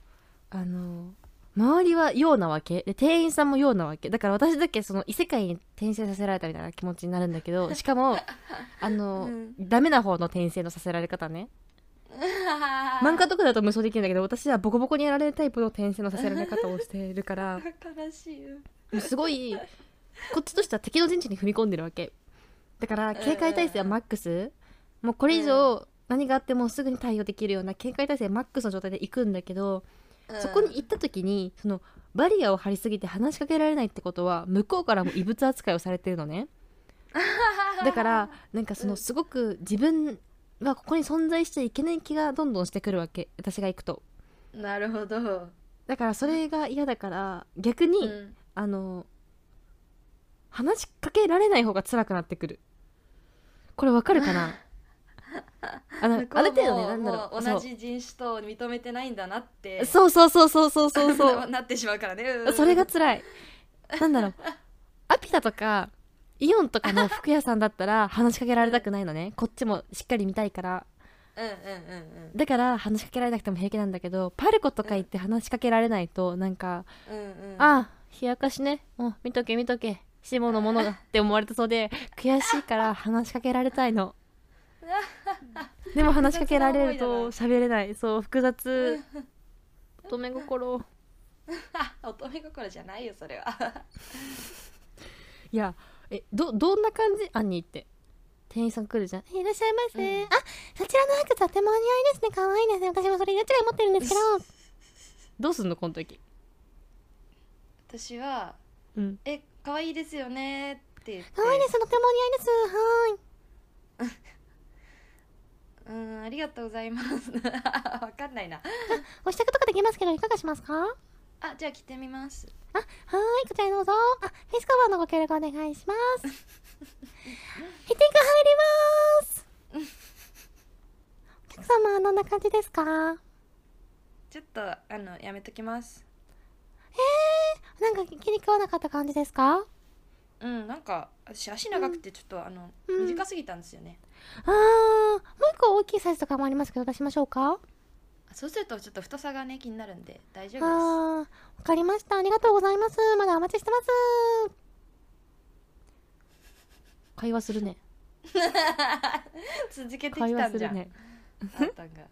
Speaker 1: うあの周りはようなわけで店員さんもようなわけだから私だけその異世界に転生させられたみたいな気持ちになるんだけ どしかもあの、
Speaker 2: うん
Speaker 1: ダメな方の転生のさせられ方ね 漫
Speaker 2: 漫
Speaker 1: 画とかだと無双できるんだけど私はボコボコにやられるタイプの転生のさせられ方をしているから
Speaker 2: 悲しいよ
Speaker 1: もうすごいこっちとしては敵の陣地に踏み込んでるわけだから
Speaker 2: ん
Speaker 1: 警戒態勢はマックスもうこれ以上何があってもすぐに対応できるような警戒態勢マックスの状態で行くんだけど、そこに行った時にそのバリアを張りすぎて話しかけられないってことは向こうからも異物扱いをされてるのねだからなんかそのすごく自分はここに存在しちゃいけない気がどんどんしてくるわけ私が行くと
Speaker 2: なるほど、
Speaker 1: だからそれが嫌だから逆に、
Speaker 2: うん
Speaker 1: あの話しかけられない方が辛くなってくるこれわかるかなあの
Speaker 2: 向こうも
Speaker 1: ある程度ねなんだろ
Speaker 2: も
Speaker 1: う
Speaker 2: う同じ人種と認めてないんだなって
Speaker 1: そうそうそうそうそうそうそう
Speaker 2: なってしまうからね うん
Speaker 1: それが辛い。なんだろう。アピタとか、イオンとかの服屋さんだったら話しかけられたくないのね。こっちもしっかり見たいから。
Speaker 2: うんうんうん
Speaker 1: だから話しかけられなくても平気なんだけど、パルコとか行って話しかけられないと、なんか、
Speaker 2: うんうんうん
Speaker 1: ああ、冷やかしね。うん、見とけ見とけ。シモのも のだって思われたそうで、悔しいから話しかけられたい の。でも話しかけられると喋れない。そう、複 雑。乙女心。
Speaker 2: 乙女心じゃないよそれは
Speaker 1: いやえどどんな感じアニーって店員さん来るじゃん「えいらっしゃいませ、
Speaker 2: うん
Speaker 1: あそちらの服とてもお似合いですね可愛いですね私もそれ色違い持ってるんですけどどうすんのこの時
Speaker 2: 私は
Speaker 1: うん
Speaker 2: 「え可愛いですよね」って言って
Speaker 1: 可愛いですとてもお似合いですはーい
Speaker 2: うんありがとうございます わかんないな
Speaker 1: ご支度とかできますけどいかがしますかあは
Speaker 2: あじゃあ着てみます
Speaker 1: ーいこちらへどうぞあフェイスカバーのご協力お願いしますヒッティング入りますお客様どんな感じですか
Speaker 2: ちょっとあのやめときます
Speaker 1: なんか気に食わなかった感じですか
Speaker 2: うんなんか私足長くてちょっと、あの
Speaker 1: うん
Speaker 2: 短すぎたんですよね
Speaker 1: あーもう一個大きいサイズとかもありますけど出しましょうか
Speaker 2: そうするとちょっと太さがね気になるんで大丈
Speaker 1: あ
Speaker 2: 夫
Speaker 1: ーわかりましたありがとうございますまだお待ちしてます会話するね
Speaker 2: です続けてきたんじゃん、あったんが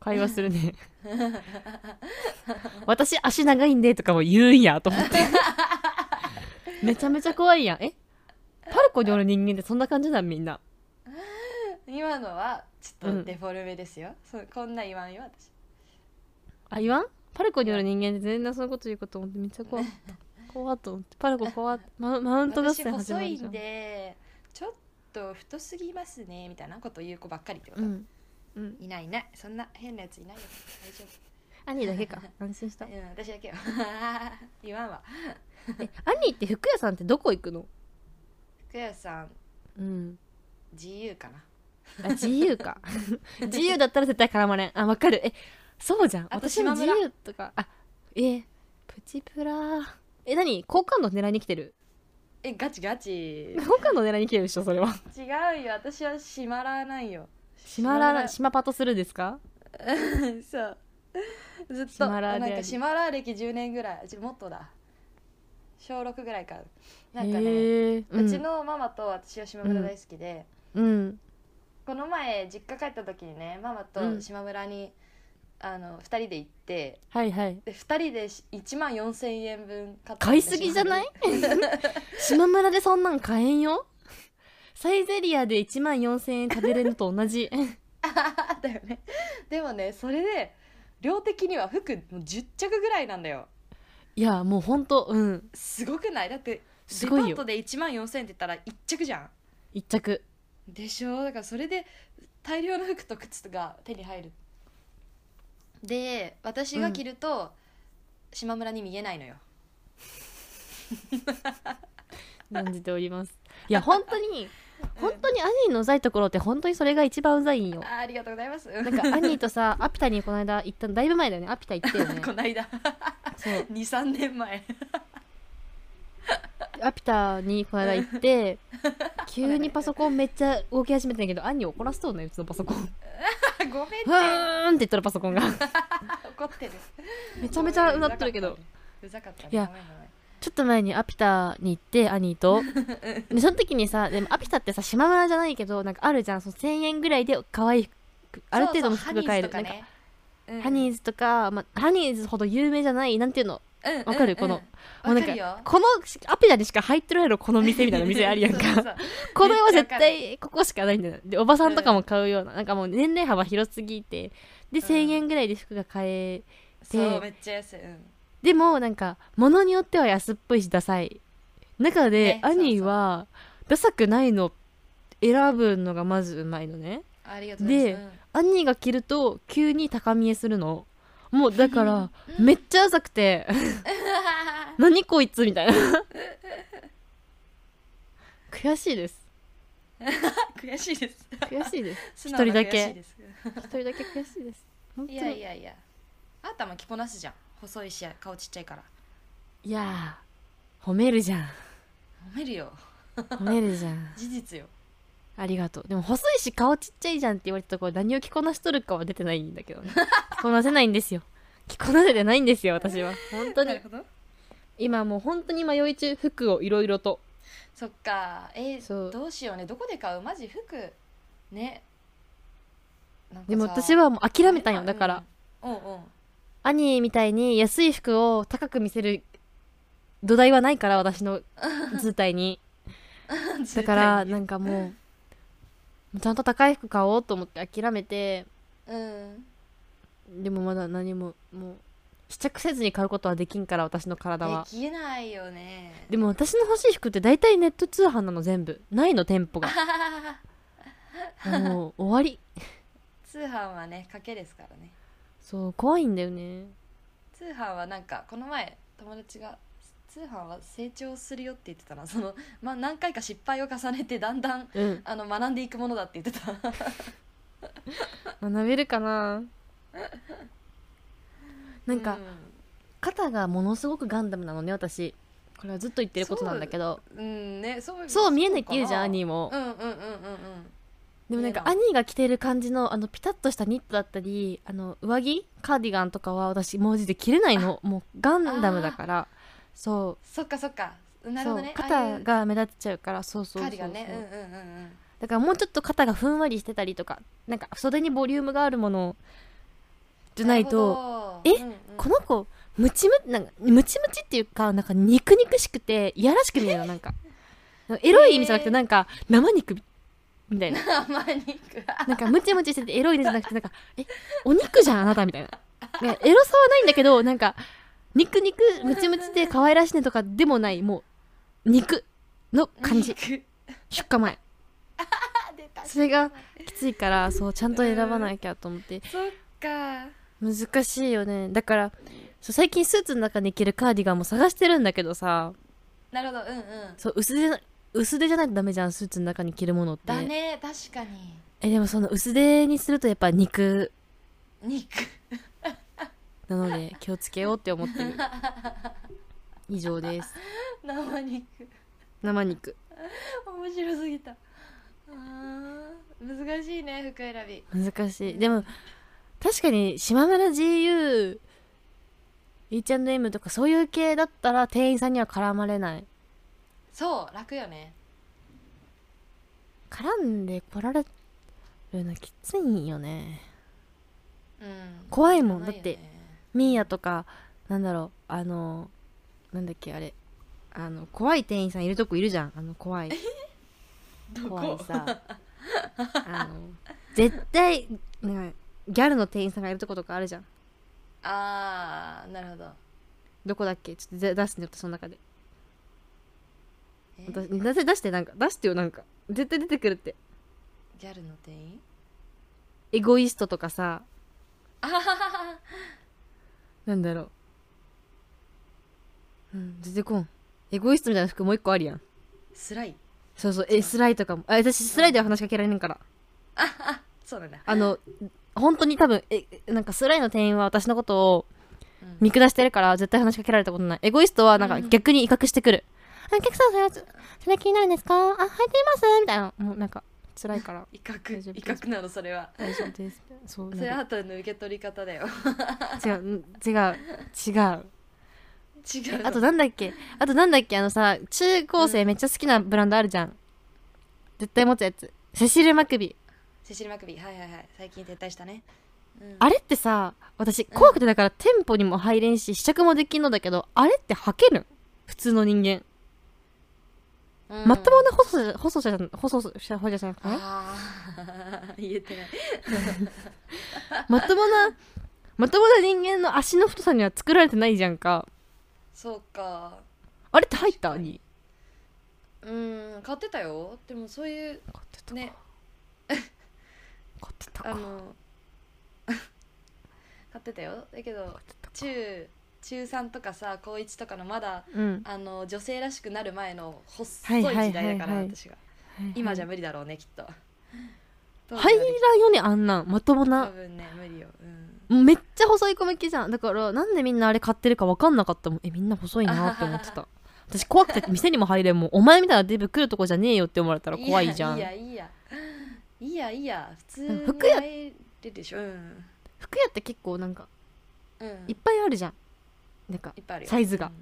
Speaker 1: 会話するね私足長いんでとかも言うんやと思ってめちゃめちゃ怖いやんえパルコにおる人間ってそんな感じなんみんな
Speaker 2: 今のはちょっ
Speaker 1: うん
Speaker 2: とデフォルメですよ、そうこんな言わんよ私
Speaker 1: あ言わんパルコにおる人間って全然そのこと言うこと思ってめっちゃ怖かった怖っと思ってパルコ怖っマウマウント合
Speaker 2: 私
Speaker 1: 戦始ま
Speaker 2: 細
Speaker 1: る
Speaker 2: い
Speaker 1: じゃ
Speaker 2: ん
Speaker 1: ん
Speaker 2: でちょっと太すぎますねみたいなこと言う子ばっかりってこと、
Speaker 1: うん、うん
Speaker 2: いないいないそんな変なやついないよ大丈夫
Speaker 1: 兄だけ か安心した
Speaker 2: いや私だけよ 言わんわ
Speaker 1: え兄って服屋さんってどこ行くの
Speaker 2: 福屋さん
Speaker 1: うん
Speaker 2: 自由かな
Speaker 1: あ自由か 自由だったら絶対絡まれんあわかるえそうじゃん
Speaker 2: あと
Speaker 1: 私も
Speaker 2: 島
Speaker 1: 自
Speaker 2: 村
Speaker 1: 由とかあえプチプラえ何好感度狙いに来て る
Speaker 2: えガチガチ
Speaker 1: 好感度狙いに来てるでしょそれ は
Speaker 2: 違うよ私はしまらないよ
Speaker 1: しまら
Speaker 2: い
Speaker 1: なしまパトするんですか
Speaker 2: そうずっと
Speaker 1: 島ラーであ
Speaker 2: な
Speaker 1: り
Speaker 2: んかシマラー歴10年ぐらいちょもっとだ小6ぐらいからなんかね、
Speaker 1: へえ
Speaker 2: うちのママと私は島村大好きで、
Speaker 1: うん
Speaker 2: この前実家帰った時にねママ
Speaker 1: う
Speaker 2: と
Speaker 1: ん
Speaker 2: 島村に、あの2人で行って
Speaker 1: はいはい
Speaker 2: で2人で1万4000円分買ったん
Speaker 1: 買
Speaker 2: で
Speaker 1: いすぎじゃない
Speaker 2: 島
Speaker 1: 島村でそんなん買えんよサイゼリアで1万4000円食べれるのと同じ
Speaker 2: 村に だよねでもねそれで量的には服もう10着ぐらいなんだよ
Speaker 1: いやもうほんとうん
Speaker 2: すごくないだって
Speaker 1: す
Speaker 2: デパ
Speaker 1: ごい
Speaker 2: ー
Speaker 1: よ
Speaker 2: トで1万4000円って言ったら1着じゃん
Speaker 1: 一着
Speaker 2: でしょだからそれで大量の服と靴が手に入るで私が着ると、島村に見えないのよ
Speaker 1: 感じております いや本当に本当に兄のうざいところって本当にそれが一番うざいんよ
Speaker 2: あーありがとうございます
Speaker 1: なんか兄とさ アピタにこの間行ったのだいぶ前だよねアピタ行ったよ ね
Speaker 2: こないだ
Speaker 1: そう
Speaker 2: 23年前
Speaker 1: アピタにこの間行って急にパソコンめっちゃ動き始めてんだけど兄怒らせそうねうちのパソコン
Speaker 2: ごめんね
Speaker 1: ふーんって言ったらパソコ ンが
Speaker 2: 怒ってる
Speaker 1: めちゃめちゃうなってるけど
Speaker 2: うざかったね
Speaker 1: いや
Speaker 2: ごめんごめん
Speaker 1: ちょっと前にアピタに行って兄とでその時にさでもアピタってさ島村じゃないけどなんかあるじゃんその1000円ぐらいで可愛い服ある程度の服が買える
Speaker 2: そうそう
Speaker 1: なんか
Speaker 2: ハ
Speaker 1: ハ
Speaker 2: ニ
Speaker 1: ニ
Speaker 2: ーズ
Speaker 1: ーズとか、まあ、ハニーズほど有名じゃないなんていうの
Speaker 2: とかねうん
Speaker 1: わかる
Speaker 2: うん
Speaker 1: この
Speaker 2: うん
Speaker 1: もうなん
Speaker 2: わかるよ
Speaker 1: このアピタにしか入ってられるこの店みた いな店あるやんか
Speaker 2: そうそうそう
Speaker 1: これは
Speaker 2: めっ
Speaker 1: 絶
Speaker 2: ちゃわかる
Speaker 1: 対ここしかないんだよでおばさんとかも買うような、なんかもう年齢幅広すぎてで
Speaker 2: うん
Speaker 1: 1000円ぐらいで服が買え、
Speaker 2: そう
Speaker 1: で
Speaker 2: めっちゃ安い、うん
Speaker 1: でもなんか物によっては安っぽいしダサい中で
Speaker 2: ね
Speaker 1: 兄はダサくないの選ぶのがまずうまいのね
Speaker 2: ありがとうございます
Speaker 1: 兄が着ると急に高見えするのもうだからめっちゃうざくて何こいつみたいな悔しいです
Speaker 2: うん 悔しいです
Speaker 1: 悔しいです
Speaker 2: 素直な
Speaker 1: 一人だけ
Speaker 2: 悔しいです
Speaker 1: 一人だけ悔しいです本当に
Speaker 2: いやいやいやあんたも着こなすじゃん細いし顔ちっちゃいから
Speaker 1: いやー褒めるじゃん
Speaker 2: 褒めるよ
Speaker 1: 褒めるじゃん
Speaker 2: 事実よ
Speaker 1: ありがとうでも細いし顔ちっちゃいじゃんって言われたところ何を着こなしとるかは出てないんだけどね着こなせないんですよ着こなせてないんですよ私は本当
Speaker 2: な
Speaker 1: に
Speaker 2: るほど
Speaker 1: 今もう本当に迷い中服をいろいろと
Speaker 2: そっかえ
Speaker 1: そう
Speaker 2: どうしようねどこで買うマジ服ねなんかさ
Speaker 1: でも私はもう諦めたんよだから、
Speaker 2: うん、うんうん
Speaker 1: 兄みたいに安い服を高く見せる土台はないから私の図体にだからなんかもうちゃんと高い服買おうと思って諦めて
Speaker 2: うん
Speaker 1: でもまだ何ももう試着せずに買うことはできんから私の体は
Speaker 2: できないよね
Speaker 1: でも私の欲しい服って大体ネット通販なの全部ないの店舗 がもう終わり
Speaker 2: 通販はね賭けですからね
Speaker 1: そう怖いんだよね
Speaker 2: 通販はなんかこの前友達が通販は成長するよって言ってたなその、まあ、何回か失敗を重ねてだんだん
Speaker 1: うん
Speaker 2: あの学んでいくものだって言ってた
Speaker 1: 学べるかな なんか、
Speaker 2: う
Speaker 1: 肩がものすごくガンダムなのね私これはずっと言ってることなんだけど
Speaker 2: うん、ねそう
Speaker 1: そう見えないって言うじゃん兄
Speaker 2: も
Speaker 1: も、
Speaker 2: うんうんうんうんうん
Speaker 1: でもなんか
Speaker 2: 見え
Speaker 1: 兄が着てる感じのあのピタッとしたニットだったりあの上着カーディガンとかは私もう字で着れないのもうガンダムだからそう
Speaker 2: そっかそっかなるほどね
Speaker 1: そう
Speaker 2: ああいう
Speaker 1: 肩が目立っちゃうからそうそう
Speaker 2: カ
Speaker 1: そう
Speaker 2: ーディガンね
Speaker 1: そう
Speaker 2: うんうんうんうん
Speaker 1: だからもうちょっと肩がふんわりしてたりとかなんか袖にボリュームがあるものじゃないと
Speaker 2: なるほど
Speaker 1: え
Speaker 2: うんうん
Speaker 1: この子ムチムなんかムチムチっていうかなんか肉肉しくていやらしく見えるのなんかエロい意味じゃなくてなんか生肉みたいな
Speaker 2: 生肉
Speaker 1: なんかムチムチしててエロいですじゃなくてなんかえお肉じゃんあなたみたいななんかエロさはないんだけどなんか肉肉ムチムチで可愛らしいねとかでもないもう肉の感じ
Speaker 2: 肉
Speaker 1: 出荷前
Speaker 2: あ出
Speaker 1: それがきついからそうちゃんと選ばなきゃと思って
Speaker 2: そっか
Speaker 1: 難しいよねだからそう最近スーツの中に着るカーディガンも探してるんだけどさ
Speaker 2: なるほどうんうん
Speaker 1: そう薄手薄手じゃないとダメじゃんスーツの中に着るものって
Speaker 2: だね確かに
Speaker 1: えでもその薄手にするとやっぱ肉
Speaker 2: 肉
Speaker 1: なので気をつけようって思ってる以上です
Speaker 2: 生肉
Speaker 1: 生肉
Speaker 2: 面白すぎたあー難しいね服選び
Speaker 1: 難しいでも確かに島村 GU H&M とかそういう系だったら店員さんには絡まれない
Speaker 2: そう楽よね
Speaker 1: 絡んで来られるのきついよね
Speaker 2: うん
Speaker 1: 怖いもん
Speaker 2: な
Speaker 1: だ
Speaker 2: よ
Speaker 1: っ
Speaker 2: ね
Speaker 1: てミーヤとかなんだろうあのなんだっけあれあの怖い店員さんいるとこいるじゃんあの怖い
Speaker 2: ど
Speaker 1: 怖い
Speaker 2: こ
Speaker 1: さあの絶対なんかギャルの店員さんがいるとことかあるじゃん
Speaker 2: あーなるほど
Speaker 1: どこだっけちょっとぜ出すんだよその中で
Speaker 2: え
Speaker 1: 出出せ出してなんか出してよなんか絶対出てくるって
Speaker 2: ギャルの店員
Speaker 1: エゴイストとかさ
Speaker 2: あははは
Speaker 1: なんだろううん出てこんエゴイストみたいな服もう一個あるやん
Speaker 2: スライ
Speaker 1: そうそうえスライとかもあ私スライでは話しかけられんから
Speaker 2: そうなんだ
Speaker 1: あの本当に多分えなんかスライの店員は私のことを
Speaker 2: うん
Speaker 1: 見下してるから絶対話しかけられたことないエゴイストはなん
Speaker 2: う
Speaker 1: か
Speaker 2: ん
Speaker 1: 逆に威嚇してくる、あお客さんそれはそれ気になるんですかあ履いていますみたいなもうなんか辛いから
Speaker 2: 威
Speaker 1: 大丈
Speaker 2: 嚇
Speaker 1: 夫
Speaker 2: 威嚇なのそれは
Speaker 1: 大丈夫ですそう
Speaker 2: それ
Speaker 1: なんか
Speaker 2: あたりの受け取り方 だよ
Speaker 1: 違う違う違う
Speaker 2: 違うの
Speaker 1: あとなんだっけあとなんだっけあのさ中高生めっちゃ好きなブランドあるじゃん絶対持つやつセシル・マクビー
Speaker 2: セシル・マクビーはいはいはい最近撤退したね、うん
Speaker 1: あれってさ私怖くてだから店舗にも入れんし試着もできんのだけどあれって履ける普通の人間
Speaker 2: うん
Speaker 1: まともな細さ細さじゃん細さじゃ細さじゃなくて
Speaker 2: あ あ言えてない
Speaker 1: まともなまともな人間の足の太さには作られてないじゃんか
Speaker 2: そうか
Speaker 1: あれって入ったに
Speaker 2: うん買ってたよでもそういう
Speaker 1: 買ってたか
Speaker 2: ね
Speaker 1: 買ってたか
Speaker 2: あ
Speaker 1: 買っ
Speaker 2: の 買ってたよだけど
Speaker 1: てたか
Speaker 2: 中中3とかさ高1とかのまだ
Speaker 1: うん
Speaker 2: あの女性らしくなる前の細
Speaker 1: はいいはいはい
Speaker 2: 時代だから、
Speaker 1: はい
Speaker 2: 私が今じゃ無理だろうねきっ
Speaker 1: 入ら
Speaker 2: と当時はで
Speaker 1: んよねあんなんまともな
Speaker 2: 多分ね無理よ、うん、
Speaker 1: めっちゃ細い小麦じゃんだからなんでみんなあれ買ってるか分かんなかったもんえみんな細いなって思って た私怖くて店にも入れんもんお前みたいなデブ来るとこじゃねえよって思われたら怖いじゃん
Speaker 2: いやいやいやいやいや普通
Speaker 1: うん
Speaker 2: に
Speaker 1: 服屋
Speaker 2: 入れるでしょうん、
Speaker 1: 服屋って結構なんか
Speaker 2: うん、
Speaker 1: い
Speaker 2: い
Speaker 1: っぱいあるじゃんなんか
Speaker 2: っぱいあるよ
Speaker 1: サイズが
Speaker 2: うん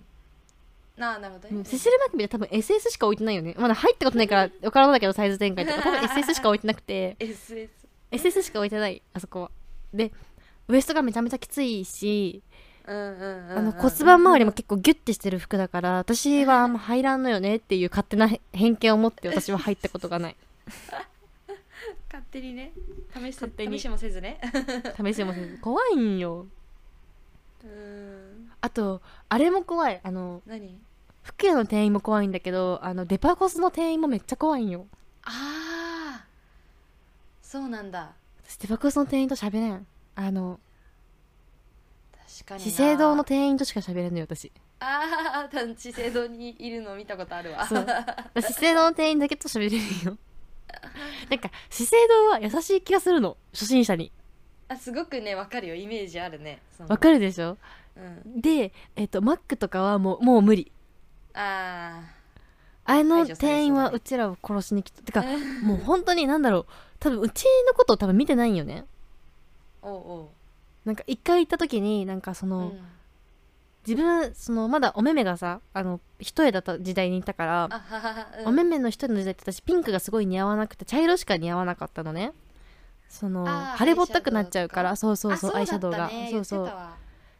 Speaker 2: なあなるほどね、
Speaker 1: うんセシル・マクビーって多分 SS しか置いてないよねまだ入ったことないから分からないけどサイズ展 開とか多分 SS しか置いてなくて
Speaker 2: SS
Speaker 1: SS しか置いてないあそこはでウエストがめちゃめちゃきついし
Speaker 2: うんうんうん、
Speaker 1: あの骨盤周りも
Speaker 2: うん
Speaker 1: 結構ギュッてしてる服だから私はあんま入らんのよねっていう勝手なへ偏見を持って私は入ったことが ない
Speaker 2: 勝手にね試し
Speaker 1: 勝手に
Speaker 2: 試しもせ ずね
Speaker 1: 試してもせず怖いんよ
Speaker 2: うん
Speaker 1: あとあれも怖いあの
Speaker 2: 何
Speaker 1: 服屋の店員も怖いんだけどあのデパコスの店員もめっちゃ怖いんよ
Speaker 2: ああそうなんだ
Speaker 1: 私デパコスの店員と喋れんあの
Speaker 2: 確かにな
Speaker 1: 資生堂の店員としか喋れんのよ私
Speaker 2: ああ資生堂にいるの見たことあるわ
Speaker 1: そう資生堂の店員だけと喋れるよなんか資生堂は優しい気がするの初心者に
Speaker 2: あすごくねわかるよイメージあるねその
Speaker 1: わかるでしょ
Speaker 2: うん
Speaker 1: でえっ、とマックとかはもうもう無理
Speaker 2: あ
Speaker 1: あの
Speaker 2: 排除されそうだね
Speaker 1: 店員はうちらを殺しに来たて
Speaker 2: あ
Speaker 1: かもう本当になんだろう多分うちのことを多分見てないんよね
Speaker 2: おうおう
Speaker 1: なんか一回行った時になんかその、
Speaker 2: うん
Speaker 1: 自分そのまだお目目がさあの一重だった時代にいたから
Speaker 2: あははは、うん
Speaker 1: お目目の一重の時代って私ピンクがすごい似合わなくて茶色しか似合わなかったのねその
Speaker 2: あー
Speaker 1: 腫れぼったくなっちゃうから
Speaker 2: アイ
Speaker 1: そうそうそうア
Speaker 2: あ
Speaker 1: イシャドウ
Speaker 2: だ
Speaker 1: が
Speaker 2: ったね
Speaker 1: そうそ
Speaker 2: 言って
Speaker 1: う
Speaker 2: たわ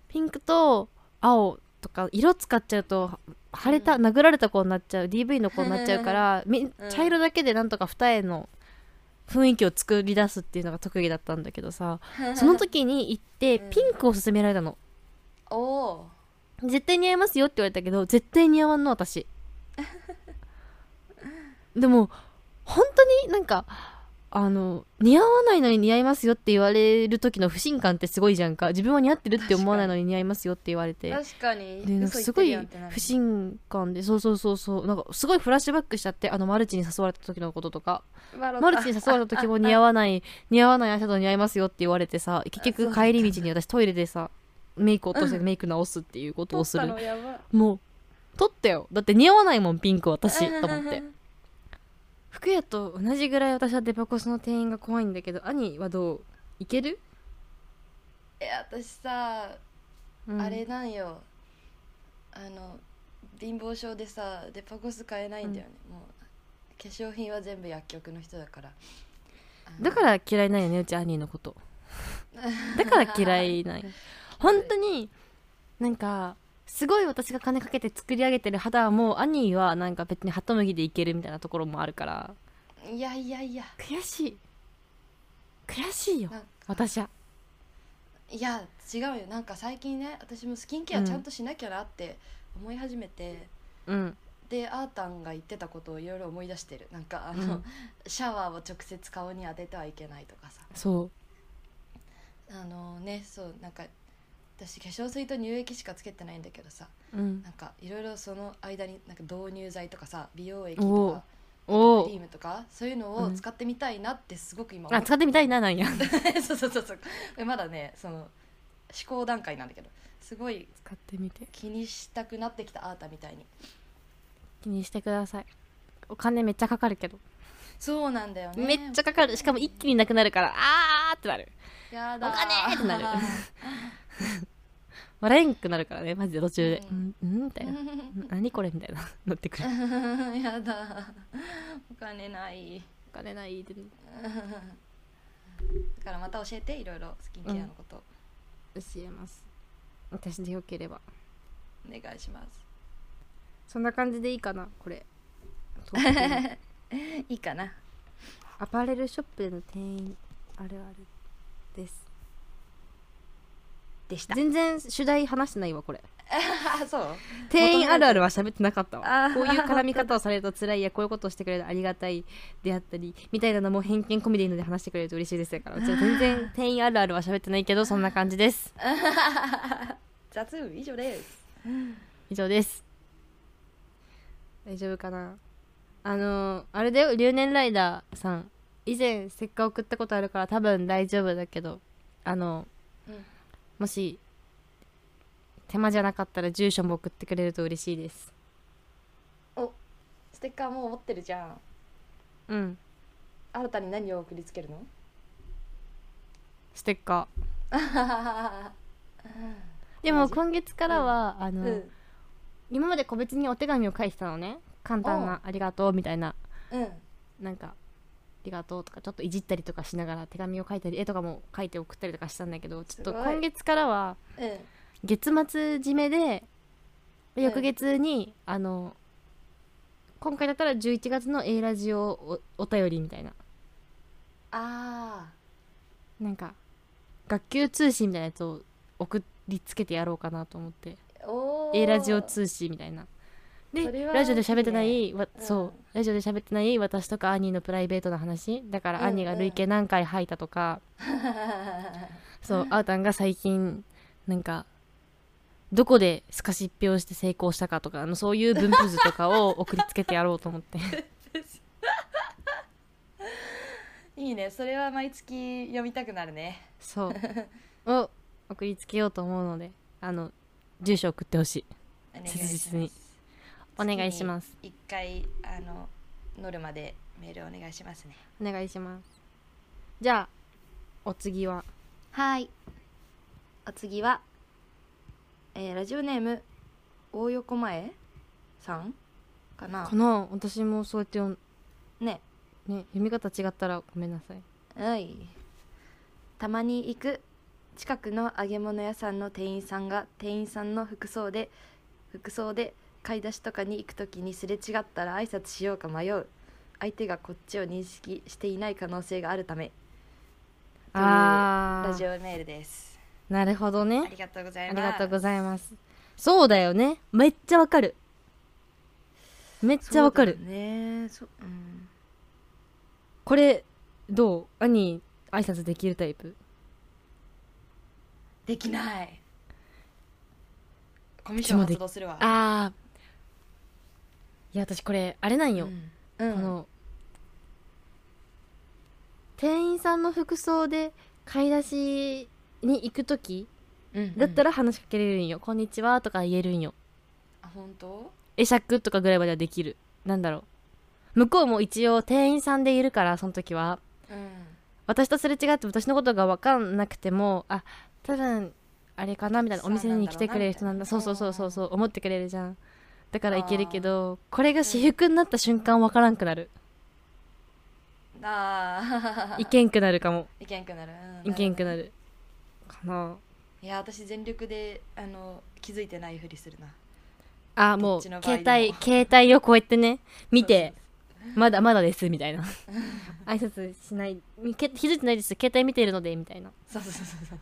Speaker 1: ピンクと青とか色使っちゃうと腫れた、
Speaker 2: うん
Speaker 1: 殴られた子になっちゃう DV の子になっちゃうから み
Speaker 2: うん
Speaker 1: 茶色だけでなんとか二重の雰囲気を作り出すっていうのが特技だったんだけどさその時に行って
Speaker 2: うん
Speaker 1: ピンクを勧められたの
Speaker 2: お お
Speaker 1: 絶対似合いますよって言われたけど絶対似合わんの 私でも本当になんかあの似合わないのに似合いますよって言われる時の不信感ってすごいじゃんか自分は似合ってるって思わないのに似合いますよって言われて
Speaker 2: 確かに
Speaker 1: でなんかす
Speaker 2: 嘘
Speaker 1: ごい
Speaker 2: 言ってるやんってなる
Speaker 1: 不信感でそうそうそうそうなんかすごいフラッシュバックしちゃってあのマルチに誘われた時のこととかマルチに誘われた時も似合わない 似合わないアイシャドウ似合いますよって言われてさ結
Speaker 2: そう
Speaker 1: 局
Speaker 2: なんだ
Speaker 1: 帰り道に私トイレでさメイク落としてメイク直すっていうことをす
Speaker 2: 撮った
Speaker 1: る
Speaker 2: のやば
Speaker 1: もう取ったよだって似合わないもんピンク私と思 って服屋と同じぐらい私はデパコスの店員が怖いんだけど兄はどういける、
Speaker 2: え私さ
Speaker 1: うん
Speaker 2: あれなんよあの貧乏症でさデパコス買えないんだよね、もう化粧品は全部薬局の人だから
Speaker 1: だから嫌いないよねうち兄の ことだから嫌い ない本当になんかすごい私が金かけて作り上げてる肌はもう兄はなんか別にハトムギでいけるみたいなところもあるから
Speaker 2: らいやいやいや
Speaker 1: 悔しい悔しいよ
Speaker 2: なんか
Speaker 1: 私はい
Speaker 2: や違うよなんか最近ね私もスキンケアちゃんとしなきゃなって思い始めて、
Speaker 1: うん
Speaker 2: でアータンが言ってたことをいろいろ思い出してるなんかあ
Speaker 1: う
Speaker 2: の、
Speaker 1: ん
Speaker 2: シャワーを直接顔に当ててはいけないとかさ
Speaker 1: そう
Speaker 2: あのねそうなんか私化粧水と乳液しかつけてないんだけどさ
Speaker 1: うん
Speaker 2: なんかいろいろその間になんか導入剤とかさ美容液
Speaker 1: お
Speaker 2: と
Speaker 1: う
Speaker 2: か
Speaker 1: お
Speaker 2: クリ
Speaker 1: お
Speaker 2: ームとかそういうのを使ってみたいなってすごく今思
Speaker 1: あ使ってみたいななんや
Speaker 2: そうそうそうそうまだねその試行段階なんだけどすごい
Speaker 1: 使ってみて
Speaker 2: 気にしたくなってきたあーたみたいに
Speaker 1: 気にしてくださいお金めっちゃかかるけど、
Speaker 2: そうなんだよね
Speaker 1: めっちゃかかるしかも一気になくなるからあーってなる
Speaker 2: やだー
Speaker 1: お金ってなる笑えんくなるからねマジで途中でう
Speaker 2: う
Speaker 1: ん、うん、みたいな うん何これみたいな なってくる
Speaker 2: やだお金ない
Speaker 1: お金ないで
Speaker 2: だからまた教えていろいろスキンケアのこと、
Speaker 1: 教えます私でよければ
Speaker 2: お願いします
Speaker 1: そんな感じでいいかなこれトークテ ーマ
Speaker 2: いいかな
Speaker 1: アパレルショップでの店員あるあるです
Speaker 2: でした
Speaker 1: 全然主題話してないわこれ
Speaker 2: あそう
Speaker 1: 店員あるあるは喋ってなかった
Speaker 2: あ
Speaker 1: わ
Speaker 2: ー
Speaker 1: こういう絡み方をされると辛いやこういうことをしてくれるとありがたいであったりみたいなのも偏見込みでいいので話してくれると嬉しいですだからうちは全然店員あるあるは喋ってないけ どそんな感じです
Speaker 2: 雑務以上です
Speaker 1: 以上です大丈夫かなあのーあれだよ留年ライダーさん以前ステッカー送ったことあるから多分大丈夫だけどあの
Speaker 2: うん
Speaker 1: もし手間じゃなかったら住所も送ってくれると嬉しいです
Speaker 2: おステッカーもう持ってるじゃん
Speaker 1: うん
Speaker 2: 新たに何を送りつけるの
Speaker 1: ステッカーで
Speaker 2: マ
Speaker 1: も
Speaker 2: ジ
Speaker 1: 今月からは、あ
Speaker 2: う
Speaker 1: の、
Speaker 2: ん
Speaker 1: 今まで個別にお手紙を書いてたのね簡単
Speaker 2: おう
Speaker 1: な「ありがとう」みたいな
Speaker 2: うん
Speaker 1: なんか「ありがとう」とかちょっといじったりとかしながら手紙を書いたり絵とかも書いて送ったりとかしたんだけどちょっと
Speaker 2: すごい
Speaker 1: 今月からは
Speaker 2: うん
Speaker 1: 月末締めで
Speaker 2: うん
Speaker 1: 翌月に、あの今回だったら11月の A ラジオおお便りみたいな
Speaker 2: あ
Speaker 1: なんか学級通信みたいなやつを送りつけてやろうかなと思って
Speaker 2: ーお
Speaker 1: A ラジオ通信みたいな
Speaker 2: それ
Speaker 1: で
Speaker 2: は
Speaker 1: ラジオで喋ってないわ、
Speaker 2: うん
Speaker 1: そうラジオで喋ってない私とか兄のプライベートの話だか
Speaker 2: う
Speaker 1: ら
Speaker 2: んうん
Speaker 1: 兄が累計何回吐いたとか、
Speaker 2: 知
Speaker 1: そうあーたんが最近なんかどこでスカシッピをして成功したかとかあのそういう分布図とかを送りつけてやろうと思 って
Speaker 2: いいねそれは毎月読みたくなるね
Speaker 1: そうを送りつけようと思うのであの住所送ってほしい
Speaker 2: お願い
Speaker 1: 切
Speaker 2: し
Speaker 1: 実
Speaker 2: ま
Speaker 1: に
Speaker 2: す
Speaker 1: お願いします
Speaker 2: 一回あの乗るまでメールお願いしますね
Speaker 1: お願いしますじゃあお次は
Speaker 2: はいお次は、えーラジオネーム大横前さんかな
Speaker 1: かな私もそうやって読ん
Speaker 2: ね
Speaker 1: ね読み方違ったらごめんなさい
Speaker 2: はいたまに行く近くの揚げ物屋さんの店員さんが店員さんの服装で服装で買い出しとかに行く時にすれ違ったら挨拶しようか迷う相手がこっちを認識していない可能性があるためという
Speaker 1: あ
Speaker 2: ラジ
Speaker 1: ー
Speaker 2: オメールです
Speaker 1: なるほど
Speaker 2: あ
Speaker 1: ね
Speaker 2: りがとうござい
Speaker 1: あり
Speaker 2: ます
Speaker 1: がとうございますそうだよねめっちゃわかるめっちゃわかる、
Speaker 2: そうだねそうん
Speaker 1: これどう兄挨拶できるタイプ
Speaker 2: できないコミッション発動するわ
Speaker 1: ああいや私これあれなん
Speaker 2: う
Speaker 1: よ、
Speaker 2: ん、うん、
Speaker 1: この店員さんの服装で買い出しに行く時
Speaker 2: うんうん
Speaker 1: だったら話しかけれるんよ「こんにちは」とか言えるんよ
Speaker 2: あ本当
Speaker 1: 会釈とかぐらいまではできるなんだろう向こうも一応店員さんでいるからその時は
Speaker 2: うん
Speaker 1: 私とすれ違って私のことが分かんなくてもあ多分あれかなみたいなお
Speaker 2: そうなんだ
Speaker 1: 店
Speaker 2: ろうな
Speaker 1: に来てくれる人なんだ
Speaker 2: みた
Speaker 1: そ
Speaker 2: いうな
Speaker 1: そうそうそうそう思ってくれるじゃんだからいけるけどこれが私服になった瞬間分からんくなる
Speaker 2: あー
Speaker 1: いけんくなるかも
Speaker 2: いけんくなる、うん
Speaker 1: いけんく
Speaker 2: る
Speaker 1: なるかな
Speaker 2: ほどねいや私全力であの気づいてないふりするな
Speaker 1: あも
Speaker 2: どっ
Speaker 1: う
Speaker 2: ちの
Speaker 1: 携
Speaker 2: 場合も
Speaker 1: 帯携帯をこうやってね見て
Speaker 2: そう
Speaker 1: まだまだですみたい な挨拶しないけ気づいてないです携帯見てるのでみたいな
Speaker 2: そうそうそうそうそう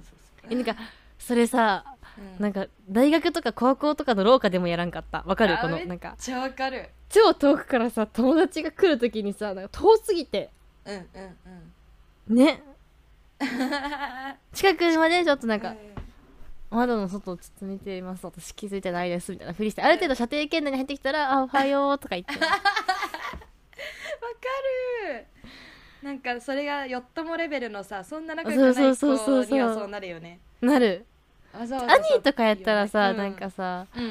Speaker 1: えなんかそれさ
Speaker 2: そううん
Speaker 1: なんか大学とか高校とかの廊下でもやらんかったわかる
Speaker 2: あ
Speaker 1: この
Speaker 2: めっ
Speaker 1: なんか
Speaker 2: ちゃわかる
Speaker 1: 超遠くからさ友達が来るときにさなんか遠すぎて
Speaker 2: うんうんうん
Speaker 1: ね
Speaker 2: な
Speaker 1: 近くまでちょっとなんか
Speaker 2: うん、
Speaker 1: 窓の外をちょっと見ています私気づいてないですみたいなふりしてある程度射程圏内に入ってきたら「あおはよう」とか 言って
Speaker 2: わかるなんかそれがよっともレベルのさそんな仲良
Speaker 1: そ
Speaker 2: く
Speaker 1: う
Speaker 2: な
Speaker 1: そう
Speaker 2: い
Speaker 1: そうそうそう
Speaker 2: 子にはそうなるよね
Speaker 1: なる
Speaker 2: わざわざそう
Speaker 1: 兄とかやったらさ、
Speaker 2: うん
Speaker 1: なんかさ
Speaker 2: う
Speaker 1: 「
Speaker 2: ん
Speaker 1: 兄!」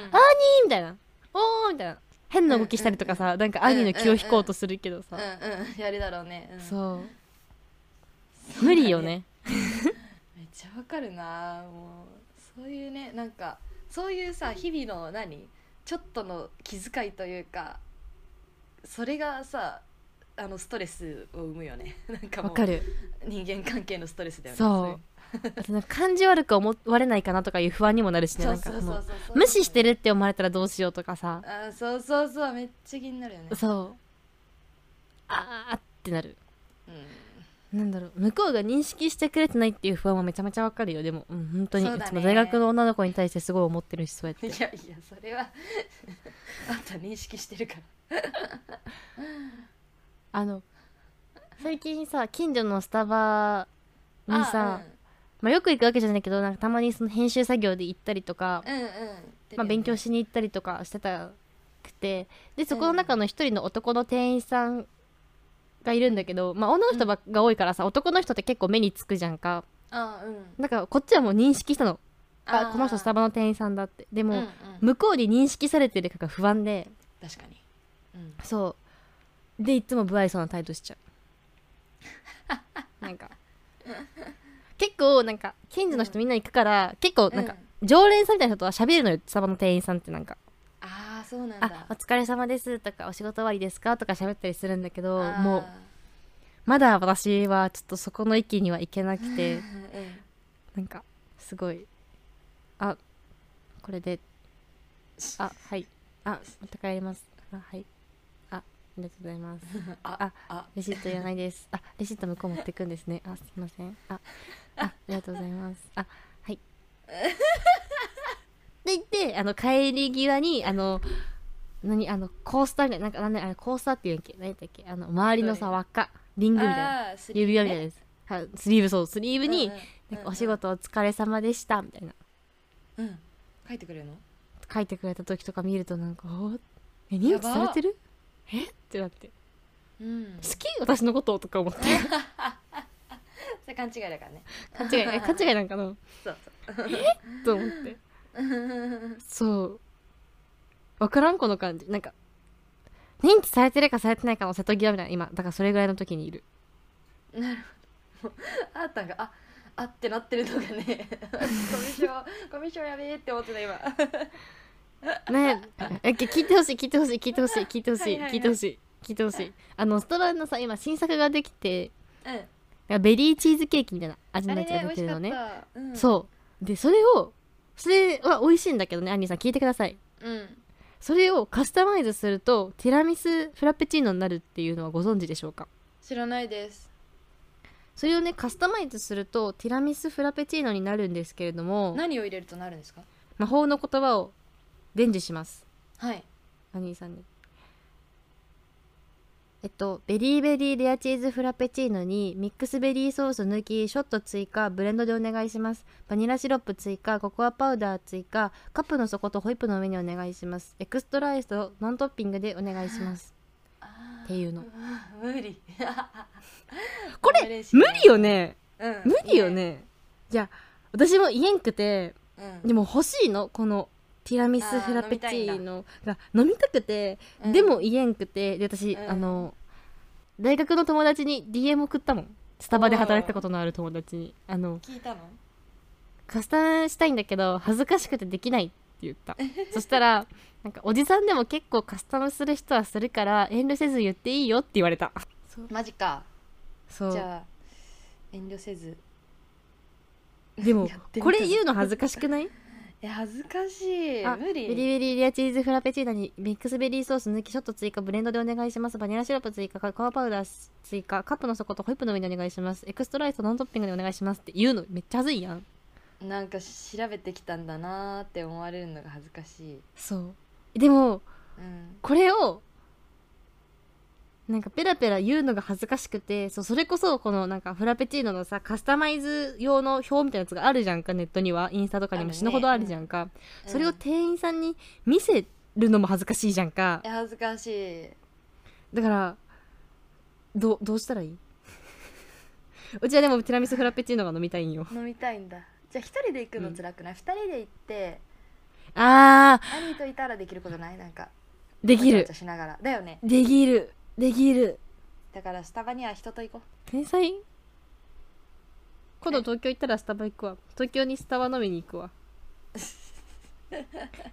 Speaker 1: みたいな「おー!」みたいな変な動きしたりとかさ、なんか兄の気を引こうとするけどさ、
Speaker 2: うんうんやるだろうね、うん、
Speaker 1: そう無理よね
Speaker 2: めっちゃわかるなもうそういうねなんかそういうさ日々の何ちょっとの気遣いというかそれがさあのストレスを生むよねなんか
Speaker 1: わ
Speaker 2: もう
Speaker 1: かる
Speaker 2: 人間関係のストレスだよね
Speaker 1: そうあとなんか感じ悪く思われないかなとかいう不安にもなるしね
Speaker 2: そ
Speaker 1: な
Speaker 2: うん
Speaker 1: か
Speaker 2: そう
Speaker 1: こ
Speaker 2: そうそう
Speaker 1: の
Speaker 2: そうそう
Speaker 1: 無視してるって思われたらどうしようとかさ
Speaker 2: あーそうそうそうめっちゃ気になるよね
Speaker 1: そうあーってなる
Speaker 2: うん
Speaker 1: なんだろう向こうが認識してくれてないっていう不安はめちゃめちゃわかるよでも、うん、本当に
Speaker 2: そう
Speaker 1: う
Speaker 2: だね
Speaker 1: ちも大学の女の子に対してすごい思ってるしそうやっ
Speaker 2: い
Speaker 1: て
Speaker 2: やいやそれは あんた認識してるから
Speaker 1: あの最近さ近所のスタバにさ
Speaker 2: あ、
Speaker 1: まあ、よく行くわけじゃないけどなんかたまにその編集作業で行ったりとか、
Speaker 2: うん、うんうん
Speaker 1: まあ、勉強
Speaker 2: し
Speaker 1: しに行ったりとかしてたくてでそこの中の一人の男の店員さんがいるんだけど、まあ、女の人ばが多いからさ男の人って結構目につくじゃんか
Speaker 2: あーうん
Speaker 1: だからこっちはもう認識したのあ
Speaker 2: ー
Speaker 1: この人スタバの店員さんだってで
Speaker 2: うん
Speaker 1: も、
Speaker 2: うん
Speaker 1: 向こうに認識されてるかが不安で
Speaker 2: 確かにうん
Speaker 1: そうでいつも不愛想な態度しちゃ うなんか結構なんか近所の人みんな行くから、結構なんか、常連さんみたいな人とは喋るのよスタバの店員さんってなんか
Speaker 2: ああそうなん
Speaker 1: あ
Speaker 2: だ
Speaker 1: お疲れ様ですとかお仕事終わりですかとか喋ったりするんだけど
Speaker 2: あー
Speaker 1: もうまだ私はちょっとそこの域にはいけなく
Speaker 2: う
Speaker 1: て
Speaker 2: んうん
Speaker 1: なんかすごいあこれであはいあまた帰りますあはいあありがとうございます
Speaker 2: ああ
Speaker 1: レシートいらないですあレシート向こう持ってくんですねあすいませんああありがとうございますあはい で言ってあの帰り際にあの何あのコースターみたいななんかなんだあれコースターっていうんやっけ何だっけあの周りのさ
Speaker 2: ど
Speaker 1: 輪っかリングみたいな
Speaker 2: あースリーブ
Speaker 1: 指輪みたい
Speaker 2: ね
Speaker 1: なですはいスリーブそうスリーブに、
Speaker 2: うんうん
Speaker 1: なんかお仕事お疲れ様でしたみたいな
Speaker 2: うん書いてくれるの
Speaker 1: 書いてくれた時とか見るとなんかおえ認知されてるえってなって
Speaker 2: うん
Speaker 1: 好き私のこととか 思って
Speaker 2: それ勘違いだからね
Speaker 1: 勘違いえ勘違いなんかな
Speaker 2: そうそう
Speaker 1: と思ってそう分からんこの感じなんか認知されてるかされてないかの瀬戸際みたいな今だからそれぐらいの時にいる
Speaker 2: あーたんがああってなってるのがね コミッションコミッションやべえって思ってた今
Speaker 1: ねええ聞いてほしい聞いてほしい聞いてほしい聞いてほし
Speaker 2: はい
Speaker 1: い
Speaker 2: はいはい
Speaker 1: 聞いてほしい聞いてほしいあのストランのさ今新作ができて
Speaker 2: うん
Speaker 1: ベリーチーズケーキみたいな味
Speaker 2: あ
Speaker 1: の
Speaker 2: れ
Speaker 1: やつが出
Speaker 2: ね美
Speaker 1: て
Speaker 2: 味
Speaker 1: る
Speaker 2: しか
Speaker 1: の
Speaker 2: っ
Speaker 1: ね
Speaker 2: た、うん、
Speaker 1: そうでそれをそれは美味しいんだけどねアンニーさん聞いてください
Speaker 2: うん
Speaker 1: それをカスタマイズするとティラミスフラペチーノになるっていうのはご存知でしょうか
Speaker 2: 知らないです
Speaker 1: それをねカスタマイズするとティラミスフラペチーノになるんですけれども
Speaker 2: 何を入れるとなるんですか
Speaker 1: 魔法の言葉を伝授します
Speaker 2: はい
Speaker 1: アニーさんにええっと、ベリーベリーレアチーズフラペチーノにミックスベリーソース抜きショット追加ブレンドでお願いしますバニラシロップ追加ココアパウダー追加カップの底とホイップの上にお願いしますエクストラアイスとノントッピングでお願いしますっていうの
Speaker 2: 無理
Speaker 1: これ
Speaker 2: れ
Speaker 1: 無理よね
Speaker 2: うん
Speaker 1: 無理よねいや私も言えんくて
Speaker 2: うん
Speaker 1: でも欲しいのこのティラミスフラペチーノが飲みたくて、
Speaker 2: うん
Speaker 1: でも言えんくてで私、
Speaker 2: うん
Speaker 1: あの大学の友達に DM 送ったもんスタバで働いてたことのある友達にあの
Speaker 2: 聞いたの
Speaker 1: カスタムしたいんだけど恥ずかしくてできないって言った そしたらなんかおじさんでも結構カスタムする人はするから遠慮せず言っていいよって言われたそう
Speaker 2: マジか
Speaker 1: そう
Speaker 2: じゃあ遠慮せず
Speaker 1: でも
Speaker 2: やってみたら
Speaker 1: これ言うの恥ずかしくない
Speaker 2: え恥ずかしい
Speaker 1: あ
Speaker 2: 無理
Speaker 1: ベリーベリーレアチーズフラペチーノにミックスベリーソース抜きショット追加ブレンドでお願いしますバニラシロップ追加カカオパウダー追加カップの底とホイップの上にお願いしますエクストラアイスとノントッピングでお願いしますって言うのめっちゃ恥ずいやん
Speaker 2: なんか調べてきたんだなーって思われるのが恥ずかしい、
Speaker 1: そうでも
Speaker 2: うん、
Speaker 1: これをなんかペラペラ言うのが恥ずかしくてそうそれこそこのなんかフラペチーノのさカスタマイズ用の表みたいなやつがあるじゃんかネットにはインスタとかにも死ぬほどあるじゃんか、それを
Speaker 2: うん
Speaker 1: 店員さんに見せるのも恥ずかしいじゃんか
Speaker 2: え恥ずかしい
Speaker 1: だからどどうしたらいい うちはでもティラミスフラペチーノが飲みたいんよ
Speaker 2: 飲みたいんだじゃあ一人で行くの辛くない、二人で行って
Speaker 1: あー
Speaker 2: 兄といたらできることないなんか
Speaker 1: でき
Speaker 2: わ
Speaker 1: る
Speaker 2: ちゃわちゃしながらだよね
Speaker 1: できるできる
Speaker 2: だからスタバには人と行こ
Speaker 1: 天才今度東京行ったらスタバ行くわ東京にスタバ飲みに行くわ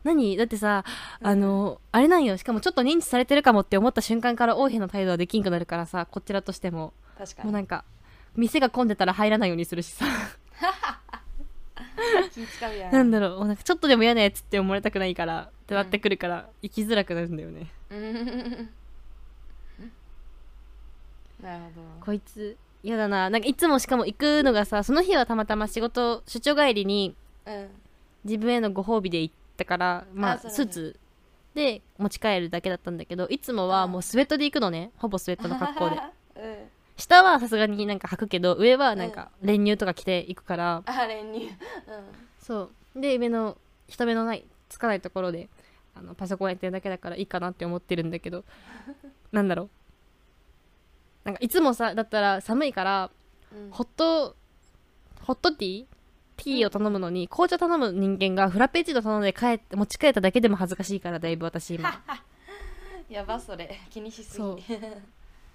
Speaker 1: 何だってさあのあれなんよしかもちょっと認知されてるかもって思った瞬間から王妃の態度はできんくなるからさこちらとしても
Speaker 2: う確か
Speaker 1: もう
Speaker 2: に
Speaker 1: なんか店が混んでたら入らないようにするしさ
Speaker 2: 気使うやん
Speaker 1: なんだろうなんかちょっとでも嫌なやつって思われたくないからってなってくるから、生きづらくなるんだよね
Speaker 2: うん なるほど
Speaker 1: こいつ嫌だななんかいつもしかも行くのがさその日はたまたま仕事出張帰りに
Speaker 2: うん
Speaker 1: 自分へのご褒美で行ったからまあ
Speaker 2: あそうだ
Speaker 1: ス
Speaker 2: ね
Speaker 1: ーツで持ち帰るだけだったんだけどいつもはもうスウェットで行くのねほぼスウェットの格好 で
Speaker 2: うん
Speaker 1: 下はさすがになんか履くけど上はなんか練乳とか着ていくから、
Speaker 2: あれに
Speaker 1: そうで上の人目のないつかないところであのパソコンやってるだけだからいいかなって思ってるんだけ どなんだろうなんかいつもさだったら寒いから
Speaker 2: うん、うん、
Speaker 1: ホットホットティーティーを頼むのに紅茶頼む人間がフラペチーノ頼んで帰って持ち帰っただけでも恥ずかしいからだいぶ私今
Speaker 2: やばそれ気にしすぎ
Speaker 1: そう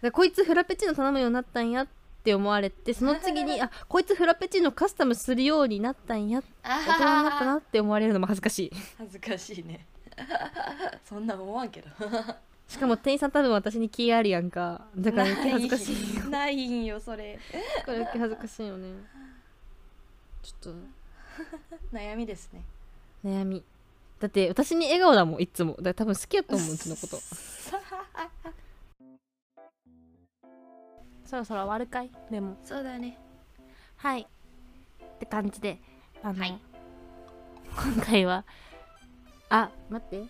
Speaker 1: でこいつフラペチーノ頼むようになったんやって思われてその次にあこいつフラペチーノカスタムするようになったんや
Speaker 2: 大
Speaker 1: 大人になったなって思われるのも恥ずかしい
Speaker 2: 恥ずかしいね そんな思わんけど
Speaker 1: しかも店員さん多分私に気あるやんかだから余計恥ずかしいよ
Speaker 2: ないないんよそれ
Speaker 1: だから余計恥ずかしいよねちょっ
Speaker 2: 悩みですね
Speaker 1: と悩みだって私に笑顔だもんいつもだから多分好きやと思ううちのことそろそろ終わるかいでも
Speaker 2: そうだね
Speaker 1: はいって感じであの、
Speaker 2: はい
Speaker 1: 今回はあ待って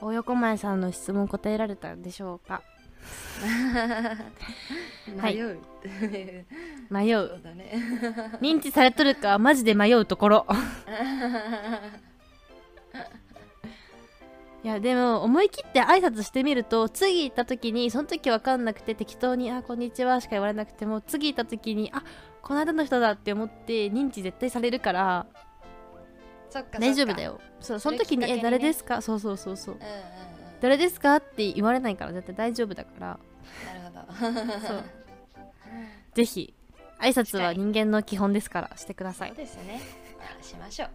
Speaker 1: 大横前さんの質問答えられたんでしょうかはい
Speaker 2: 迷う、
Speaker 1: 迷
Speaker 2: そううだね
Speaker 1: 認知されとるかマジで迷うところいやでも思い切って挨拶してみると次行った時にその時分かんなくて適当に「あこんにちは」しか言われなくても次行った時に「あこの間の人だ」って思って認知絶対されるから
Speaker 2: そっか
Speaker 1: 大丈夫だ
Speaker 2: よ
Speaker 1: よそうそ
Speaker 2: そ
Speaker 1: の
Speaker 2: れ
Speaker 1: 時に「
Speaker 2: きっかけに
Speaker 1: え
Speaker 2: ね
Speaker 1: 誰ですか?」 そうそうそうそう
Speaker 2: うんうん
Speaker 1: 誰ですかって言われないから絶対大丈夫だ から
Speaker 2: うんなるほど
Speaker 1: そうぜひ挨拶は人間の基本ですからしてくださ
Speaker 2: そ
Speaker 1: いう
Speaker 2: ですねあしましょう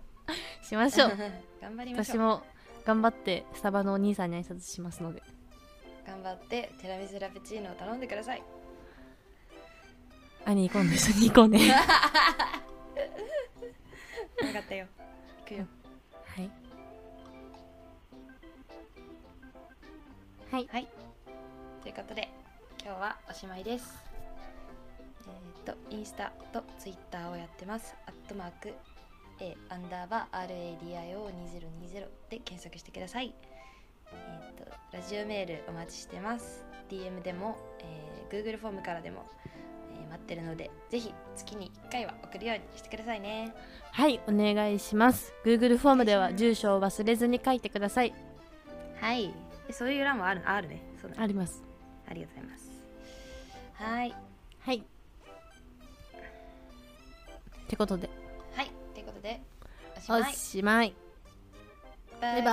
Speaker 1: し ましょう
Speaker 2: 頑張りまし
Speaker 1: 私
Speaker 2: ょう
Speaker 1: も頑張ってスタバのお兄さんに挨拶しますので
Speaker 2: 頑張ってティラミスラペチーノを頼んでください
Speaker 1: 兄今度一緒に行こうね
Speaker 2: 分かったよ行くよ
Speaker 1: はいはい
Speaker 2: はい。ということで、今日はおしまいです。えっ、と、インスタとツイッターをやってます。アットマーク、A、アンダーバー、RADIO2020 で検索してください。えっ、と、ラジオメールお待ちしてます。 DM でも、えー Google フォームからでも、えー待ってるのでぜひ月に1回は送るようにしてくださいね
Speaker 1: はいお願いします Google フォームでは住所を忘れずに書いてください
Speaker 2: はいえそういう欄はあるあるねそうだね
Speaker 1: あります
Speaker 2: ありがとうございますはい
Speaker 1: はいってことで
Speaker 2: はいということでおし
Speaker 1: お
Speaker 2: まい
Speaker 1: しまい
Speaker 2: バ
Speaker 1: イバイ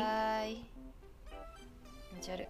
Speaker 2: バイ気持ち悪い